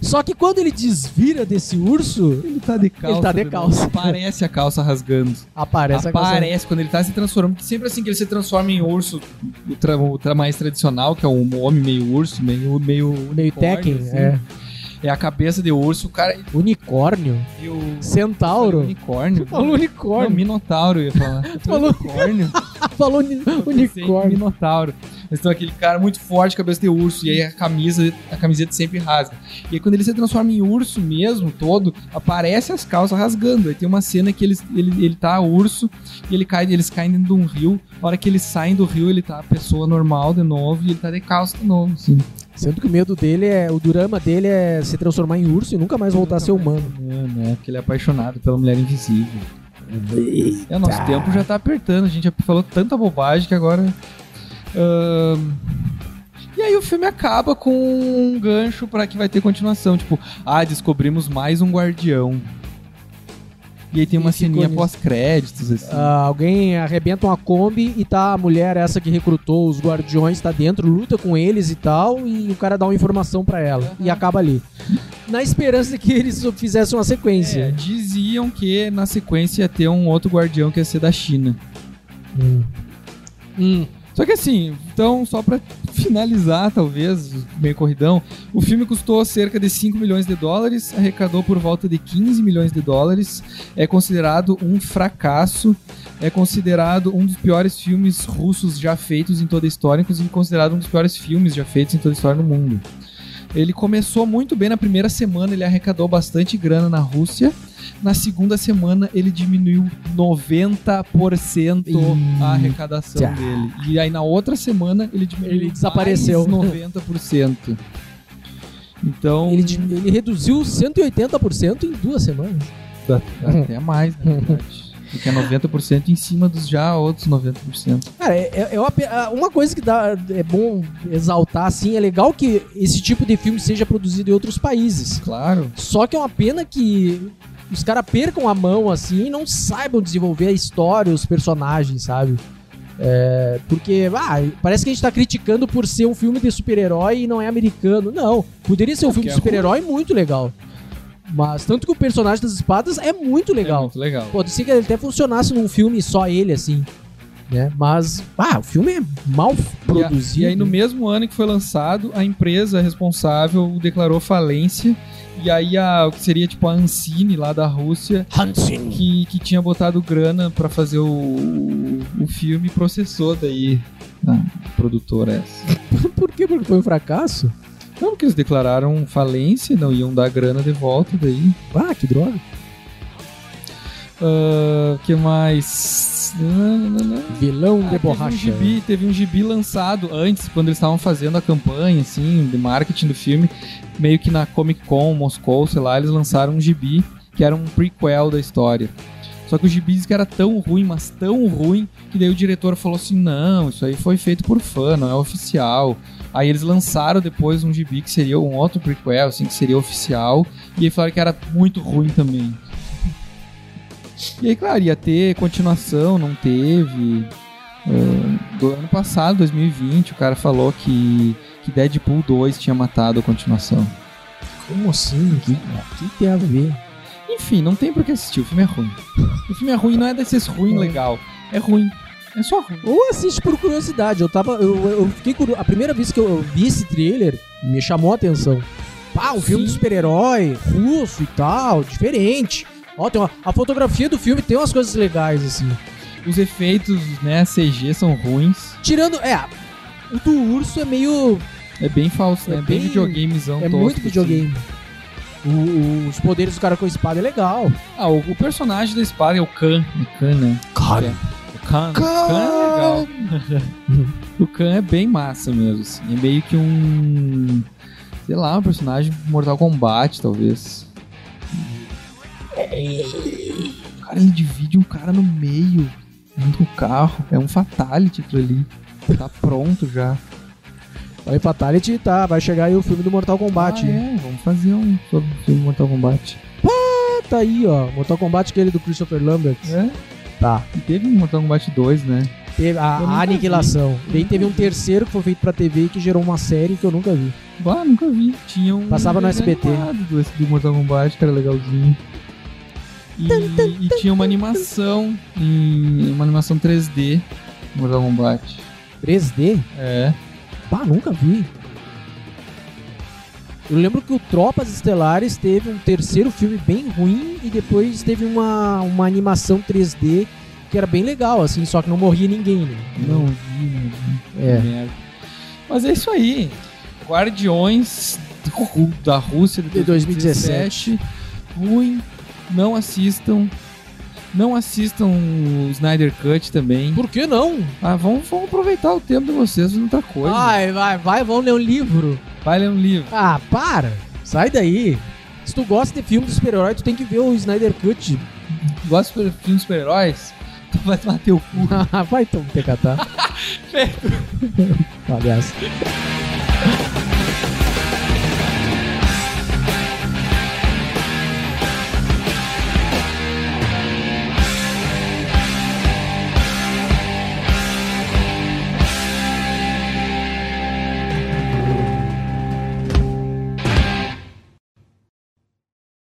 Speaker 2: Só que quando ele desvira desse urso,
Speaker 1: Ele tá de calça.
Speaker 2: Ele tá de
Speaker 1: Fernando.
Speaker 2: calça.
Speaker 1: Parece a calça rasgando.
Speaker 2: aparece a coisa.
Speaker 1: Aparece quando ele tá se transformando. Porque sempre assim que ele se transforma em urso, o, tra- o tra- mais tradicional, que é um homem meio urso, meio. meio,
Speaker 2: Meio
Speaker 1: unicórnio,
Speaker 2: Tekken,
Speaker 1: assim.
Speaker 2: é.
Speaker 1: É a cabeça de urso, o cara.
Speaker 2: Unicórnio,
Speaker 1: E o.
Speaker 2: centauro.
Speaker 1: Unicórnio.
Speaker 2: Falou
Speaker 1: Não,
Speaker 2: unicórnio.
Speaker 1: [laughs]
Speaker 2: [laughs]
Speaker 1: minotauro, eu ia falar. Eu tô
Speaker 2: Falou-
Speaker 1: unicórnio.
Speaker 2: Falou uni-
Speaker 1: Pensei em
Speaker 2: [laughs] unicórnio.
Speaker 1: Minotauro. Mas então aquele cara muito forte, cabeça de urso, e aí a camisa, a camiseta sempre rasga. E aí quando ele se transforma em urso mesmo, todo, aparece as calças rasgando. Aí tem uma cena que eles, ele, ele tá urso e ele cai, eles caem dentro de um rio. A hora que eles saem do rio, ele tá pessoa normal de novo e ele tá de calça de novo. Assim.
Speaker 2: Sendo que o medo dele é. O drama dele é se transformar em urso e nunca mais voltar a ser humano.
Speaker 1: É, porque ele é apaixonado pela mulher invisível. É, o nosso tempo já tá apertando, a gente já falou tanta bobagem que agora. Ahn, E aí o filme acaba com um gancho pra que vai ter continuação. Tipo, ah, descobrimos mais um guardião. E aí tem uma
Speaker 2: E ficou
Speaker 1: ceninha
Speaker 2: nisso.
Speaker 1: pós-créditos, assim.
Speaker 2: Ah, alguém arrebenta uma Kombi e tá a mulher, essa que recrutou os guardiões, tá dentro, luta com eles e tal, e o cara dá uma informação pra ela.
Speaker 1: Aham.
Speaker 2: E acaba ali. Na esperança de que eles fizessem uma sequência.
Speaker 1: É, diziam que na sequência ia ter um outro guardião que ia ser da China.
Speaker 2: Hum. Hum.
Speaker 1: Só que assim, então, só pra finalizar, talvez, meio corridão, o filme custou cerca de 5 milhões de dólares, arrecadou por volta de 15 milhões de dólares, é considerado um fracasso, é considerado um dos piores filmes russos já feitos em toda a história, inclusive considerado um dos piores filmes já feitos em toda a história no mundo. Ele começou muito bem na primeira semana, ele arrecadou bastante grana na Rússia. Na segunda semana, ele diminuiu 90% a arrecadação
Speaker 2: Eita.
Speaker 1: dele. E aí na outra semana, ele diminuiu
Speaker 2: Ele desapareceu.
Speaker 1: mais 90%. Então,
Speaker 2: Ele, di- ele reduziu 180% em duas semanas.
Speaker 1: até mais, na verdade. Porque é 90% em cima dos já outros 90%.
Speaker 2: Cara, é, é- é uma, pe- ah, uma coisa que dá, é bom exaltar, assim, é legal que esse tipo de filme seja produzido em outros países.
Speaker 1: Claro.
Speaker 2: Só que é uma pena que os caras percam a mão, assim, e não saibam desenvolver a história, os personagens, sabe? É, porque, ah, parece que a gente tá criticando por ser um filme de super-herói e não é americano. Não, poderia ser um filme
Speaker 1: porque é
Speaker 2: de super-herói muito legal. Mas tanto que o personagem das espadas é muito
Speaker 1: É
Speaker 2: legal.
Speaker 1: muito legal.
Speaker 2: Pode ser que ele até funcionasse num filme só ele, assim. Né? Mas, ah, o filme é mal
Speaker 1: E a-
Speaker 2: produzido.
Speaker 1: E aí, no mesmo ano que foi lançado, a empresa responsável declarou falência. E aí, a, o que seria tipo a Ancine lá da Rússia,
Speaker 2: Hansen.
Speaker 1: que, que tinha botado grana pra fazer o, o filme, processou daí a produtora essa.
Speaker 2: [laughs] Por quê? Porque foi um fracasso?
Speaker 1: Não, porque eles declararam falência, não iam dar grana de volta daí.
Speaker 2: Ah, que droga.
Speaker 1: Ah, que mais? Ah, Nananana.
Speaker 2: Vilão
Speaker 1: Ah,
Speaker 2: de borracha.
Speaker 1: Teve um, gibi, teve um gibi lançado antes, quando eles estavam fazendo a campanha, assim, de marketing do filme, meio que na Comic Con, Moscou, sei lá, eles lançaram um gibi que era um prequel da história. Só que o gibi diz que era tão ruim, mas tão ruim, que daí o diretor falou assim: não, isso aí foi feito por fã, não é oficial. Aí eles lançaram depois um gibi que seria um outro prequel, assim, que seria oficial, e aí falaram que era muito ruim também. E aí, claro, ia ter continuação, não teve. É, do ano passado, 2020, o cara falou que, que Deadpool 2 tinha matado a continuação.
Speaker 2: Como assim? O que, o que tem a ver?
Speaker 1: Enfim, não tem por que assistir, o filme é ruim. O filme é ruim, não é desses ruim
Speaker 2: É.
Speaker 1: legal. É ruim. É só ruim.
Speaker 2: Ou assiste por curiosidade. Eu tava. Eu, eu fiquei curioso. A primeira vez que eu vi esse trailer, me chamou a atenção. Pá, um filme
Speaker 1: Sim.
Speaker 2: de super-herói, russo e tal, diferente. Ó, tem uma- a fotografia do filme tem umas coisas legais, assim.
Speaker 1: Os efeitos, né, CG são ruins.
Speaker 2: Tirando. É, o do urso é meio.
Speaker 1: É bem falso, né?
Speaker 2: É
Speaker 1: É bem
Speaker 2: bem-
Speaker 1: videogamezão
Speaker 2: é
Speaker 1: tosco,
Speaker 2: muito
Speaker 1: assim.
Speaker 2: videogame. O- o- os poderes do cara com a espada é legal.
Speaker 1: Ah, o, o personagem da espada é o Khan. É Khan, né?
Speaker 2: Cara.
Speaker 1: O Khan. O Khan é legal. [laughs] o Khan é bem massa mesmo, assim. É meio que um. Sei lá, um personagem do Mortal Kombat, talvez. É. Cara, ele divide um cara no meio junto com o carro. É um fatality aquilo ali. Tá pronto já.
Speaker 2: Aí Fatality, tá, vai chegar aí o filme do Mortal Kombat. né?
Speaker 1: Ah, é, vamos fazer um sobre o filme Mortal Kombat.
Speaker 2: Tá aí, ó. Mortal Kombat aquele do Christopher Lambert.
Speaker 1: É?
Speaker 2: Tá.
Speaker 1: E teve um Mortal Kombat 2, né?
Speaker 2: Teve a,
Speaker 1: Eu
Speaker 2: a
Speaker 1: nunca
Speaker 2: aniquilação.
Speaker 1: vi.
Speaker 2: Daí teve um terceiro que foi feito pra TV que gerou uma série que eu nunca vi.
Speaker 1: Bah, nunca vi. Tinha um.
Speaker 2: Passava no
Speaker 1: desenho
Speaker 2: SBT.
Speaker 1: animado Do, do Mortal Kombat, que era legalzinho. E, e tinha uma animação. em- uma animação 3D. do Mortal Kombat.
Speaker 2: 3D?
Speaker 1: É.
Speaker 2: Bah, nunca vi. Eu lembro que o Tropas Estelares teve um terceiro filme bem ruim e depois teve uma, uma animação 3D que era bem legal, assim, só que não morria ninguém, né?
Speaker 1: Não vi, mano.
Speaker 2: É.
Speaker 1: Merda. Mas é isso aí. Guardiões do Ru- da Rússia de
Speaker 2: De
Speaker 1: 2017.
Speaker 2: 2017.
Speaker 1: Ruim. Não assistam. Não assistam o Snyder Cut também.
Speaker 2: Por que não?
Speaker 1: Ah, vamos, vamos aproveitar o tempo de vocês fazendo outra coisa.
Speaker 2: Vai, vai, vai, vamos ler um livro.
Speaker 1: Vai ler um livro.
Speaker 2: Ah, para! Sai daí! Se tu gosta de filme de super-herói, tu tem que ver o Snyder Cut. [laughs]
Speaker 1: Gosta de filmes de super-heróis? [laughs] Tu vai bater o cu.
Speaker 2: vai então, TKT. Palhaço.